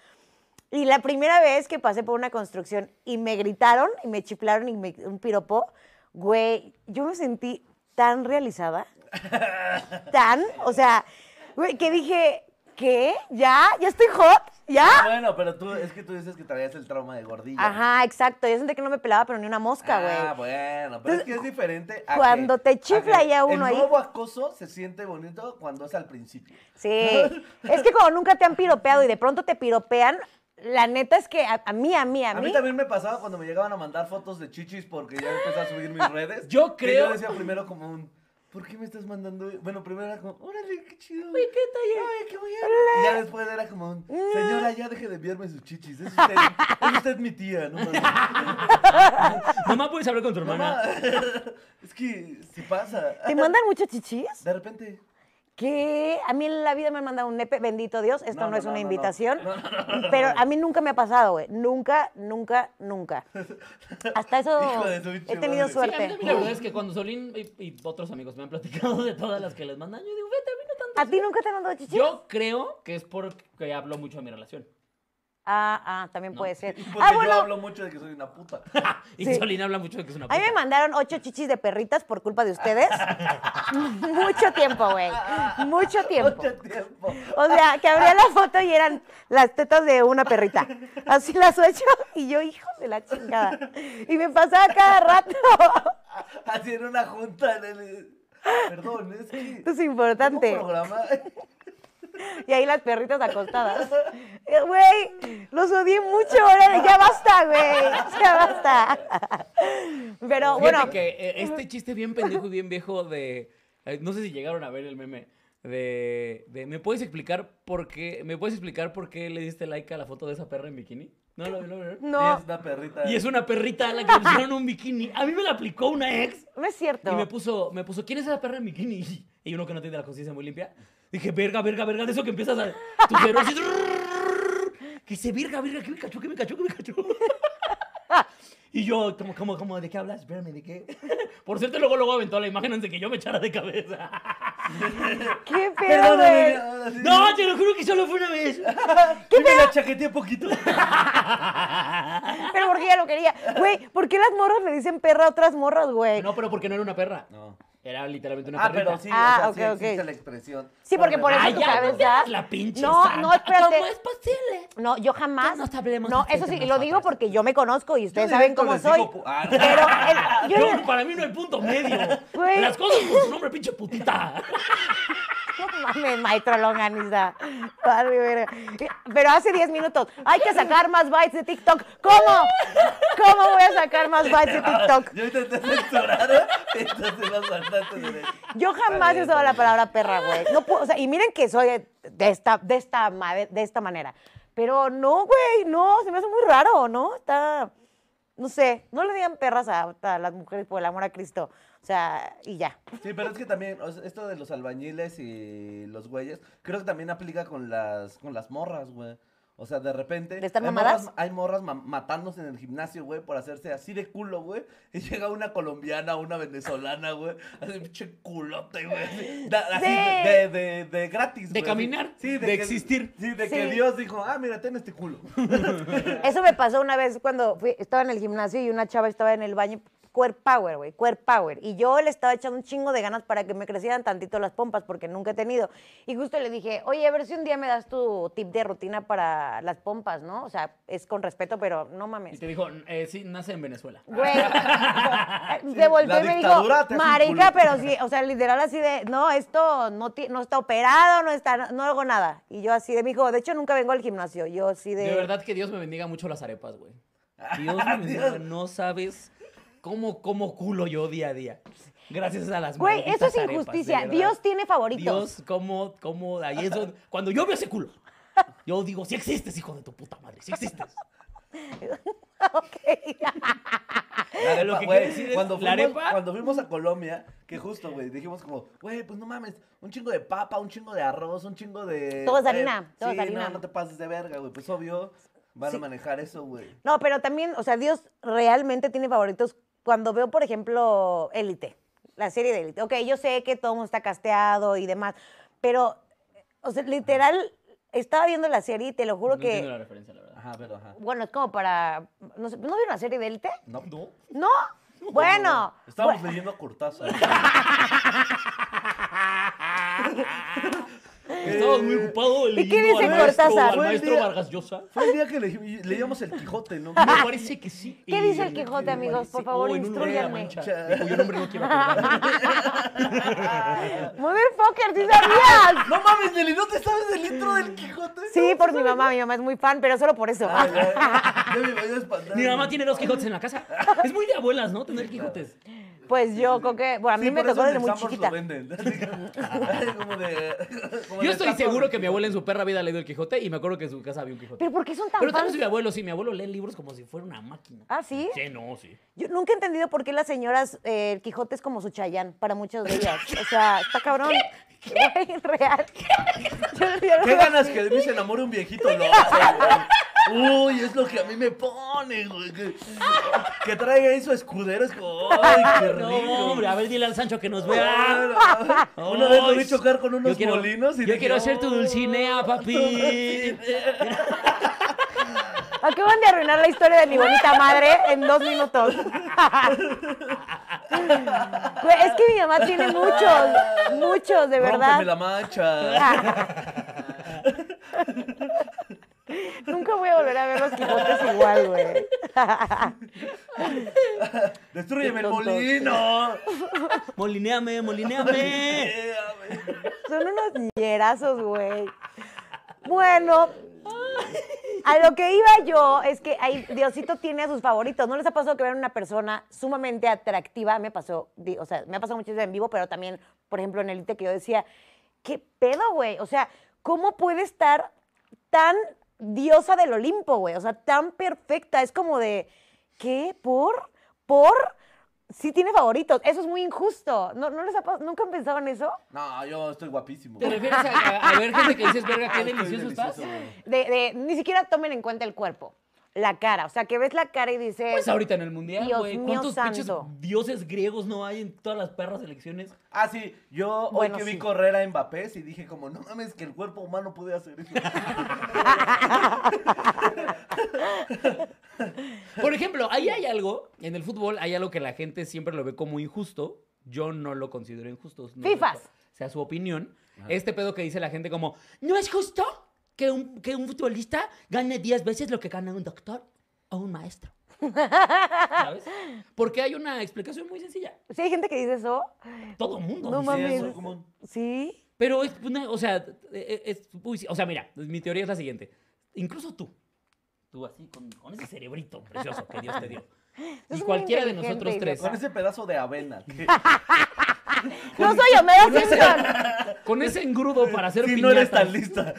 S2: Y la primera vez que pasé por una construcción y me gritaron y me chiflaron y me, un piropo, güey, yo me sentí tan realizada. tan, o sea, güey, que dije, ¿qué? ¿Ya? ¿Ya estoy hot? ¿Ya?
S3: Bueno, pero tú, es que tú dices que traías el trauma de gordilla.
S2: Ah. Ajá, exacto. Yo sentí que no me pelaba, pero ni una mosca, güey.
S3: Ah, bueno, pero es que es diferente. a
S2: cuando
S3: que-
S2: te chifla
S3: a que
S2: ya uno ahí.
S3: El nuevo acoso se siente bonito cuando es al principio.
S2: Sí. es que como nunca te han piropeado y de pronto te piropean, la neta es que a, a mí, a mí, a
S3: A mí,
S2: mí.
S3: también me pasaba cuando me llegaban a mandar fotos de chichis porque ya empecé a subir mis redes.
S1: Yo
S3: que
S1: creo-
S3: yo decía primero como un. ¿Por qué me estás mandando? Bueno, primero era como, órale, qué chido.
S2: Uy, qué talle.
S3: Ay, qué bien. Y ya después era como un, señora, ya deje de enviarme sus chichis. Es usted, es usted mi tía, no mames.
S1: Mamá, puedes hablar con tu
S3: Mamá,
S1: hermana.
S3: es que si pasa.
S2: ¿Te mandan mucho chichis?
S3: De repente.
S2: Que a mí en la vida me han mandado un nepe, bendito Dios, esto
S3: No,
S2: no,
S3: no,
S2: es
S3: no,
S2: una
S3: no, no.
S2: invitación. Pero a mí nunca me ha pasado, güey. Nunca, nunca, nunca. Hasta eso
S3: Hijo de su
S2: he
S3: pinche
S2: tenido
S3: madre.
S1: Sí, a mí
S2: suerte.
S1: también la verdad es que cuando Solín y, y otros amigos me han platicado de todas las que les mandan, yo digo, vete, a mí no tanto.
S2: ¿A ti nunca te han mandado chichis?
S1: Yo creo que es porque hablo mucho de mi relación.
S2: Ah, ah, también puede ser.
S3: Porque
S2: Ah,
S3: Pues yo
S2: bueno,
S3: hablo mucho de que soy una puta.
S1: Y
S2: Sí.
S1: Solín habla mucho de que es una
S2: A mí me
S1: puta.
S2: mandaron ocho chichis de perritas por culpa de ustedes. Mucho tiempo, güey. Mucho tiempo.
S3: Mucho tiempo.
S2: O sea, que abría la foto y eran las tetas de una perrita. Así las ocho y yo, hijo de la chingada. Y me pasaba cada rato.
S3: Así en una junta. En el... Perdón, es que.
S2: Esto es
S3: tengo
S2: importante.
S3: un programa.
S2: Y ahí las perritas acostadas. Eh, Güey, los odié mucho. ahora Ya basta, güey. Ya basta. Pero
S1: Fíjate
S2: bueno,
S1: que eh, este chiste bien pendejo y bien viejo de. eh, no sé si llegaron a ver el meme. De, de, ¿Me puedes explicar por qué? ¿Me puedes explicar por qué le diste like a la foto de esa perra en bikini? No, lo no, no.
S3: Ella
S2: no,
S3: es una perrita.
S1: Y es una perrita a la que le pusieron un bikini. A mí me la aplicó una ex.
S2: no
S1: Y me
S2: es cierto.
S1: puso, me puso, ¿quién es esa perra en bikini? Y uno que no tiene la conciencia muy limpia. Dije, verga, verga, verga, de eso que empiezas a... Tus neuronas así, Que se verga, verga, que me cachó, que me cachó, que me cachó. Y yo, como, como, como, ¿de qué hablas? Espérame, ¿de qué? Por cierto, luego, luego aventó la imagen antes de que yo me echara de cabeza.
S2: ¿Qué pedo,
S3: Perdóname,
S2: güey?
S3: ahora Ah, sí.
S1: No, te lo juro que solo fue una vez.
S3: Sí me la chaqueteé poquito.
S2: Pero porque ella lo quería. Güey, ¿por qué las morras le dicen perra a otras morras, güey?
S1: No, pero porque no era una perra.
S3: No.
S1: Era literalmente una
S3: Ah,
S1: perrita.
S3: pero sí,
S2: Ah,
S3: o sea, sí
S2: ok, ok.
S3: existe la expresión.
S2: Sí, porque por eso
S1: Ay,
S2: tu
S1: ya, no te
S2: cabeza-
S1: hagas la pinche
S2: No,
S1: santa.
S2: no, espérate.
S1: ¿Cómo es posible?
S2: No, yo jamás.
S1: No nos hablemos
S2: No,
S1: así
S2: eso
S1: de
S2: sí, lo
S1: nosotras.
S2: digo porque yo me conozco y ustedes
S3: Yo
S2: saben
S3: directo
S2: cómo
S3: les
S2: soy.
S3: digo, pu- ah,
S2: Pero el- yo-
S1: Yo- para mí no hay punto medio.
S2: Güey.
S1: Las cosas por su nombre, pinche putita.
S2: No mames, maestro Longaniza. Vale, verga. Pero hace 10 minutos. Hay que sacar más bytes de TikTok. ¿Cómo? ¿Cómo voy a sacar más bytes de TikTok?
S3: Yo ahorita te censuraron, entonces los saltaste de
S2: Yo jamás he usado la palabra perra, güey. No puedo, o sea, y miren que soy de esta, de esta, ma- de esta manera. Pero no, güey, no, se me hace muy raro, ¿no? Está, no sé, no le digan perras a, a las mujeres por el amor a Cristo. O sea, y ya.
S3: Sí, pero es que también, o sea, esto de los albañiles y los güeyes, creo que también aplica con las, con las morras, güey. O sea, de repente.
S2: ¿De estar
S3: hay
S2: mamadas?
S3: morras- hay morras ma- matándose en el gimnasio, güey, por hacerse así de culo, güey. Y llega una colombiana, una venezolana, güey. Así, pinche culote, güey. así, da- así,
S2: Sí.
S3: de, de, de gratis,
S1: De
S3: güey, así.
S1: caminar, de existir.
S3: Sí, de
S2: Sí.
S3: que Dios dijo, ah, mira, ten este culo.
S2: Eso me pasó una vez cuando fui- estaba en el gimnasio y una chava estaba en el baño. Core power, güey, core power. Y yo le estaba echando un chingo de ganas para que me crecieran tantito las pompas porque nunca he tenido. Y justo le dije, oye, a ver si un día me das tu tip de rutina para las pompas, ¿no? O sea, es con respeto, pero no
S1: Y
S2: mames.
S1: te dijo, eh, sí, nace en Venezuela.
S2: Güey,
S3: la
S2: se volteó y me dijo,
S3: dictadura te hace un
S2: marica,
S3: culo".
S2: pero sí, o sea, literal así de, no, esto no, ti- no está operado, no está, no, no hago nada. Y yo así de, me dijo, de hecho nunca vengo al gimnasio, yo así de...
S1: De verdad que Dios me bendiga mucho las arepas, güey. Dios me bendiga,
S3: Dios.
S1: no sabes cómo, cómo culo yo día a día. Gracias a las
S2: Güey, eso
S1: malditas
S2: es
S1: arepas,
S2: injusticia.
S1: de verdad.
S2: Dios tiene favoritos.
S1: Dios, cómo, cómo, ahí es donde- cuando yo veo ese culo, yo digo, si existes, hijo de tu puta madre, si existes.
S3: La arepa,
S1: Lo que
S3: güey,
S1: quiere decir es,
S3: cuando,
S1: ¿la
S3: fuimos,
S1: arepa?
S3: cuando fuimos a Colombia, que justo, güey, dijimos como, güey, pues no mames, un chingo de papa, un chingo de arroz, un chingo de...
S2: Todo es
S3: güey,
S2: harina, todo
S3: sí,
S2: es harina.
S3: No, no te pases de verga, güey, pues obvio, van a manejar eso, güey.
S2: No, pero también, o sea, Dios realmente tiene favoritos. Cuando veo, por ejemplo, Élite, la serie de Élite. Ok, yo sé que todo el mundo está casteado y demás, pero, o sea, literal, estaba viendo la serie y te lo juro
S1: No entiendo la
S2: que.
S1: referencia, la verdad.
S3: Ajá, pero ajá.
S2: Bueno, es como para. ¿No, sé, ¿no vieron la serie de Élite?
S3: No,
S1: No.
S2: ¿No? Bueno.
S3: Estábamos
S2: bu-
S3: leyendo a Cortázar.
S1: Estaba muy ocupado
S2: ¿Y qué
S1: leyendo
S2: dice
S1: al maestro-
S2: Cortázar?
S1: Al
S3: Buen
S1: maestro
S3: día.
S1: Vargas Llosa.
S3: Fue el día que le- leíamos el Quijote, ¿no?
S1: Me parece que sí.
S2: ¿Qué
S1: Eh,
S2: dice el
S1: me
S2: Quijote, amigos?
S1: parece-
S2: Por favor,
S1: Oh, en un lugar de la Mancha,
S2: instrúyanme.
S1: de cuyo nombre no quiero acordarme.
S2: Motherfucker, ¿sí sabías?
S3: No mames, Nelly, ¿no te sabes el intro del Quijote?
S2: Sí, por mi mamá. Mi mamá es muy fan, pero solo por eso.
S3: Ah, ya, ya me voy a espantar.
S1: Mi mamá tiene dos Quijotes en la casa. Es muy de abuelas, ¿no? Tener Quijotes.
S2: Pues yo creo que. Bueno, a mí
S3: Sí,
S2: me
S3: por eso
S2: tocó
S3: en
S2: desde
S3: el
S2: muy
S3: Sambors lo
S2: chiquita.
S3: venden. Así que- como de- como
S1: Yo
S3: de
S1: estoy
S3: tapa,
S1: seguro
S3: güey.
S1: que mi abuela en su perra vida ha leído el Quijote y me acuerdo que en su casa había un Quijote.
S2: Pero ¿por qué son tan
S1: Pero también
S2: fans?
S1: soy mi abuelo, sí, mi abuelo lee libros como si fuera una máquina.
S2: ¿Ah, sí?
S1: Sí, no, sí.
S2: Yo nunca he entendido por qué las señoras, eh, el Quijote es como su Chayán para muchas de ellas. O sea, está cabrón. Güey, real. Yo, yo lo
S3: ¿Qué
S2: veo
S3: ganas
S2: así.
S3: que de mí se enamore un viejito loco, güey? Uy, es lo que a mí me pone, güey. Que, que traiga ahí su escudero, es como, ay, qué rico.
S1: No, hombre, a ver, dile al Sancho que nos vea.
S3: Ah, no. Una vez lo
S1: Ay,
S3: vi chocar con unos
S1: yo quiero-
S3: molinos y
S1: yo
S3: dije,
S1: quiero hacer tu
S3: "Oh,
S1: dulcinea, papi".
S3: tu dulcinea.
S2: Acaban de arruinar la historia de mi bonita madre en dos minutos. Güey, es que mi mamá tiene muchos, muchos, de verdad.
S3: Rómpeme la mancha.
S2: Nunca voy a volver a ver los Quijotes igual, güey.
S3: Destruyeme
S2: Qué
S3: el
S2: tontos.
S3: molino.
S1: Molineame, molineame.
S2: Son unos ñerazos, güey. Bueno, a lo que iba yo es que ahí Diosito tiene a sus favoritos. ¿No les ha pasado que vean una persona sumamente atractiva? Me pasó, di- o sea, me ha pasado muchas veces en vivo, pero también, por ejemplo, en Elite que yo decía, ¿qué pedo, güey? O sea, ¿cómo puede estar tan diosa del Olimpo, güey? O sea, tan perfecta. Es como de, ¿qué? ¿Por? ¿Por? Sí tiene favoritos. Eso es muy injusto. ¿No, no les ha pas- ¿Nunca han pensado en eso?
S3: No, yo estoy guapísimo.
S1: ¿Te refieres a, a- a ver gente que dices, verga, qué
S3: Estoy
S1: delicioso estás?
S3: delicioso, güey.
S2: de, de- ni siquiera tomen en cuenta el cuerpo, la cara. O sea, que ves la cara y dices.
S1: Pues ahorita en el mundial,
S2: Dios
S1: güey.
S2: mío
S1: ¿Cuántos pinches
S2: santo.
S1: dioses griegos no hay en todas las perras elecciones?
S3: Ah, sí, yo
S2: Bueno,
S3: hoy que
S2: sí.
S3: vi correr a Mbappé, sí dije como, no mames, que el cuerpo humano puede hacer eso.
S1: Por ejemplo, ahí hay algo, en el fútbol hay algo que la gente siempre lo ve como injusto. Yo no lo considero injusto. No sé
S2: Fifas.
S1: cuál sea su opinión. Este pedo que dice la gente como, ¿no es justo que un, que un futbolista gane 10 veces lo que gana un doctor o un maestro? ¿Sabes? Porque hay una explicación muy sencilla.
S2: Si hay gente que dice eso.
S1: Todo mundo.
S2: No
S1: dice
S2: mames.
S3: eso, ¿cómo?
S2: Sí.
S1: Pero es una, o sea, eh, es, uy, sí, o sea, mira, mi teoría es la siguiente. Incluso tú, tú así con, con ese cerebrito precioso que Dios te dio.
S2: muy
S1: Y cualquiera de
S2: inteligente,
S1: nosotros tres,
S2: idiota.
S3: Con ese pedazo de avena. que-
S1: Pues,
S2: No soy Homero Simpson.
S1: con ese engrudo para hacer
S3: si
S1: piñatas.
S3: no eres tan lista.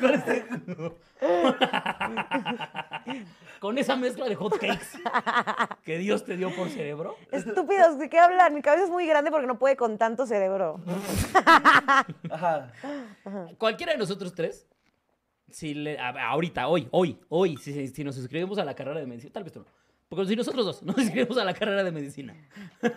S3: Con ese-
S1: Con esa mezcla de hot cakes que Dios te dio por cerebro.
S2: Estúpidos, ¿de qué hablan? Mi cabeza es muy grande porque no puede con tanto cerebro.
S3: Ajá.
S1: Cualquiera de nosotros tres si le, a- ahorita, hoy, hoy, hoy, si, si- si nos inscribimos a la carrera de medicina, tal vez tú no, porque si nosotros dos nos inscribimos a la carrera de medicina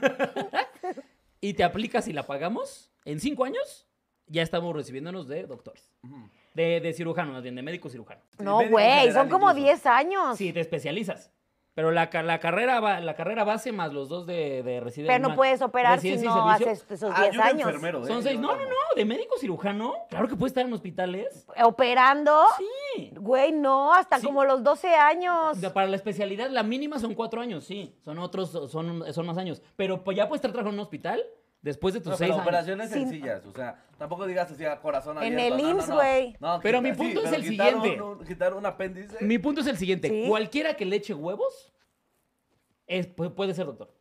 S1: y te aplicas y la pagamos, en cinco años ya estamos recibiéndonos de doctores,
S3: Ujú.
S1: de, de cirujano, más bien, de médico cirujano.
S2: No,
S3: médico en
S2: güey,
S3: general
S2: son como
S3: incluso.
S2: 10 años.
S1: Sí, te especializas. Pero la, ca- la, carrera, va- la carrera base más los dos de, de residencia.
S2: Pero no puedes operar si no haces esos
S3: Ah,
S2: 10
S3: yo era
S2: años.
S3: enfermero, ¿eh?
S1: Son seis.
S3: Yo
S1: No,
S3: era-
S1: no, no. De médico cirujano. Claro que puede estar en hospitales.
S2: Operando,
S1: Sí.
S2: güey, no, hasta
S1: Sí.
S2: como los 12 años.
S1: De- Para la especialidad, la mínima son cuatro años, sí. Son otros, son, son más años. Pero pues, ya puedes estar trabajando en un hospital después de tus
S3: No,
S1: seis
S3: pero
S1: años.
S3: operaciones
S2: Sin-
S3: sencillas, o sea, tampoco digas así a corazón
S2: En
S3: abierto.
S2: el
S3: no, no,
S2: IMSS,
S3: no.
S2: güey.
S3: No,
S1: Pero mi
S3: sí,
S1: punto es
S3: pero
S1: el
S3: quitar
S1: siguiente.
S3: un- un- quitar un apéndice.
S1: Mi punto es el siguiente.
S2: Sí.
S1: Cualquiera que le eche huevos es- pu- puede ser doctor.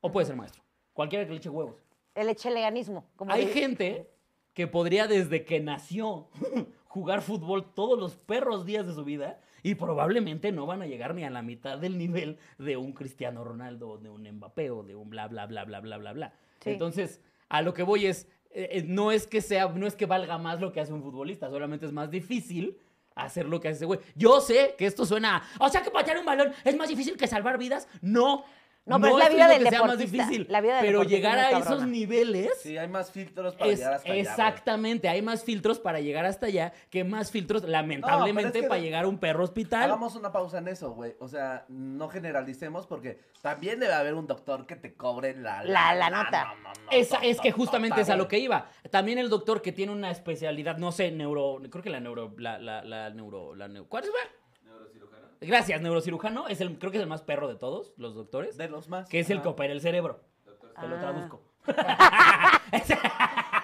S1: O puede ser maestro. Cualquiera que le eche huevos.
S2: El echeleganismo. Como
S1: Hay
S2: dir-
S1: gente que podría desde que nació jugar fútbol todos los perros días de su vida y probablemente no van a llegar ni a la mitad del nivel de un Cristiano Ronaldo o de un Mbappé o de un bla bla bla bla bla bla bla.
S2: Sí.
S1: Entonces, a lo que voy es eh, eh, no es que sea no es que valga más lo que hace un futbolista, solamente es más difícil hacer lo que hace ese güey. Yo sé que esto suena, a, o sea, que patear un balón es más difícil que salvar vidas. No.
S2: No, pero es la
S1: estoy
S2: vida
S1: diciendo que
S2: del
S1: sea más
S2: deportista.
S1: difícil,
S2: La vida del
S1: pero
S2: deportista
S1: llegar
S2: es muy
S1: a esos
S2: cabrona.
S1: niveles
S3: Sí, hay más filtros para
S1: es-
S3: llegar hasta allá. güey.
S1: exactamente, hay más filtros para llegar hasta allá que más filtros, lamentablemente,
S3: No, pero es que-
S1: para llegar a un perro hospital.
S3: Hagamos una pausa en eso, güey. O sea, no generalicemos porque también debe haber un doctor que te cobre la
S2: La- la nota.
S1: Esa, es que justamente es a lo que iba. También el doctor que tiene una especialidad, no sé, neuro. Creo que la neuro. La, la, la neuro. La neu- ¿Cuál es? Neurocirujano. Gracias, neurocirujano. Es el, creo que es el más perro de todos los doctores.
S3: De los ah. más.
S1: Que es el
S3: Ajá.
S1: que opera el cerebro. Te lo
S2: Ah.
S1: traduzco.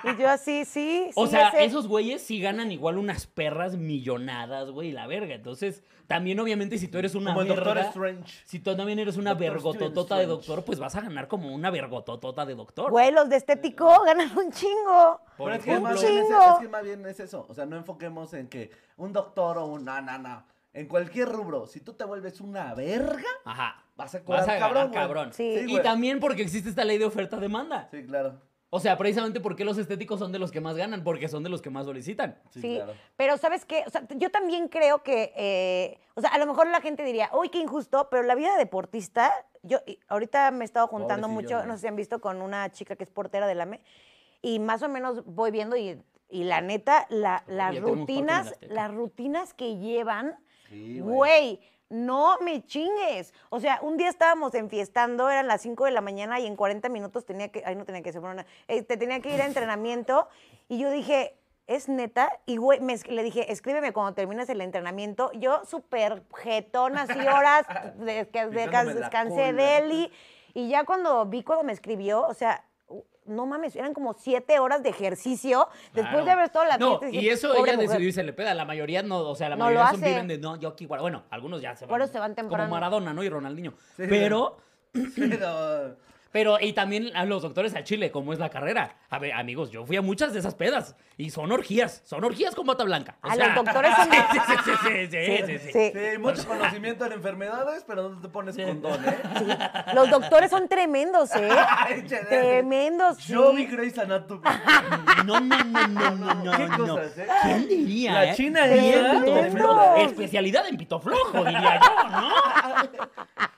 S2: Y yo así, sí.
S1: O
S2: sí,
S1: sea,
S2: ese-
S1: esos güeyes sí ganan igual unas perras millonadas, güey, la verga. Entonces, también obviamente si tú eres una
S3: Como el Doctor
S1: verga,
S3: Strange.
S1: si tú también eres una
S3: Doctor Steven
S1: vergototota de
S3: Strange.
S1: doctor, pues vas a ganar como una vergototota de doctor.
S2: Güey, los de estético ganan un chingo.
S1: Por
S3: Pero es que,
S1: ejemplo.
S3: más bien es,
S2: ¡Chingo!
S3: es que más bien es eso. O sea, no enfoquemos en que un doctor o un no, no, no. En cualquier rubro, si tú te vuelves una verga,
S1: Ajá.
S3: vas a cobrar
S1: Vas a
S3: cabrón.
S1: ganar
S3: güey.
S1: cabrón.
S2: Sí.
S1: y
S3: güey.
S1: también porque existe esta ley de oferta-demanda.
S3: Sí, claro.
S1: O sea, precisamente porque los estéticos son de los que más ganan, porque son de los que más solicitan.
S3: Sí,
S2: Sí,
S3: claro.
S2: pero ¿sabes qué? O sea, yo también creo que, eh, o sea, a lo mejor la gente diría, uy, qué injusto, pero la vida de deportista, yo y ahorita me he estado juntando
S3: Pobrecillo,
S2: mucho,
S3: ¿no?
S2: no sé si han visto, con una chica que es portera del AME, y más o menos voy viendo y, y la neta, la- las
S1: ya tenemos parte en
S2: rutinas,
S1: la teta.
S2: las rutinas que llevan,
S3: Sí, güey.
S2: güey. No me chingues. O sea, un día estábamos enfiestando, eran las 5 de la mañana y en 40 minutos tenía que. Ay, no tenía que ser, bueno, este, tenía que ir a entrenamiento. Y yo dije, ¿es neta? Y güey, me es- le dije, escríbeme cuando termines el entrenamiento. Yo súper jetón, así horas, de- que- de-
S3: Pisándome la
S2: descansé
S3: cola.
S2: de él. Y, y ya cuando vi cuando me escribió, o sea. No mames, eran como siete horas de ejercicio después
S1: Claro.
S2: de haber estado la
S1: No,
S2: fiesta, dije,
S1: y eso
S2: "Pobre
S1: ella
S2: mujer".
S1: decidió irse le peda. La mayoría no, o sea, la
S2: No
S1: mayoría
S2: lo
S1: son
S2: hace.
S1: viven de no, yo aquí, guardo". bueno, algunos ya se van.
S2: Por eso se van temprano.
S1: Como Maradona, ¿no? Y Ronaldinho.
S3: Sí.
S1: Pero,
S3: Pero,
S1: pero, y también a los doctores al Chile, como es la carrera. A ver, amigos, yo fui a muchas de esas pedas y son orgías, son orgías con bata blanca. O
S2: A
S1: sea,
S2: los doctores son-
S1: Sí, sí, sí, sí, sí, sí, sí.
S2: Sí.
S3: sí, hay mucho conocimiento en enfermedades, pero no te pones condón, ¿eh?
S2: Los doctores son tremendos, ¿eh?
S3: Ay, chale.
S2: tremendos.
S3: Yo
S2: sí.
S3: vi Grey's Anatomy.
S1: No, no, no, no, no, no.
S3: ¿Qué
S1: no.
S3: cosas, eh?
S1: ¿Quién diría?
S3: La
S1: eh?
S3: China
S1: Bien,
S3: era
S1: pito
S3: tremenda.
S1: flojo. Especialidad en pito flojo, diría yo, ¿no?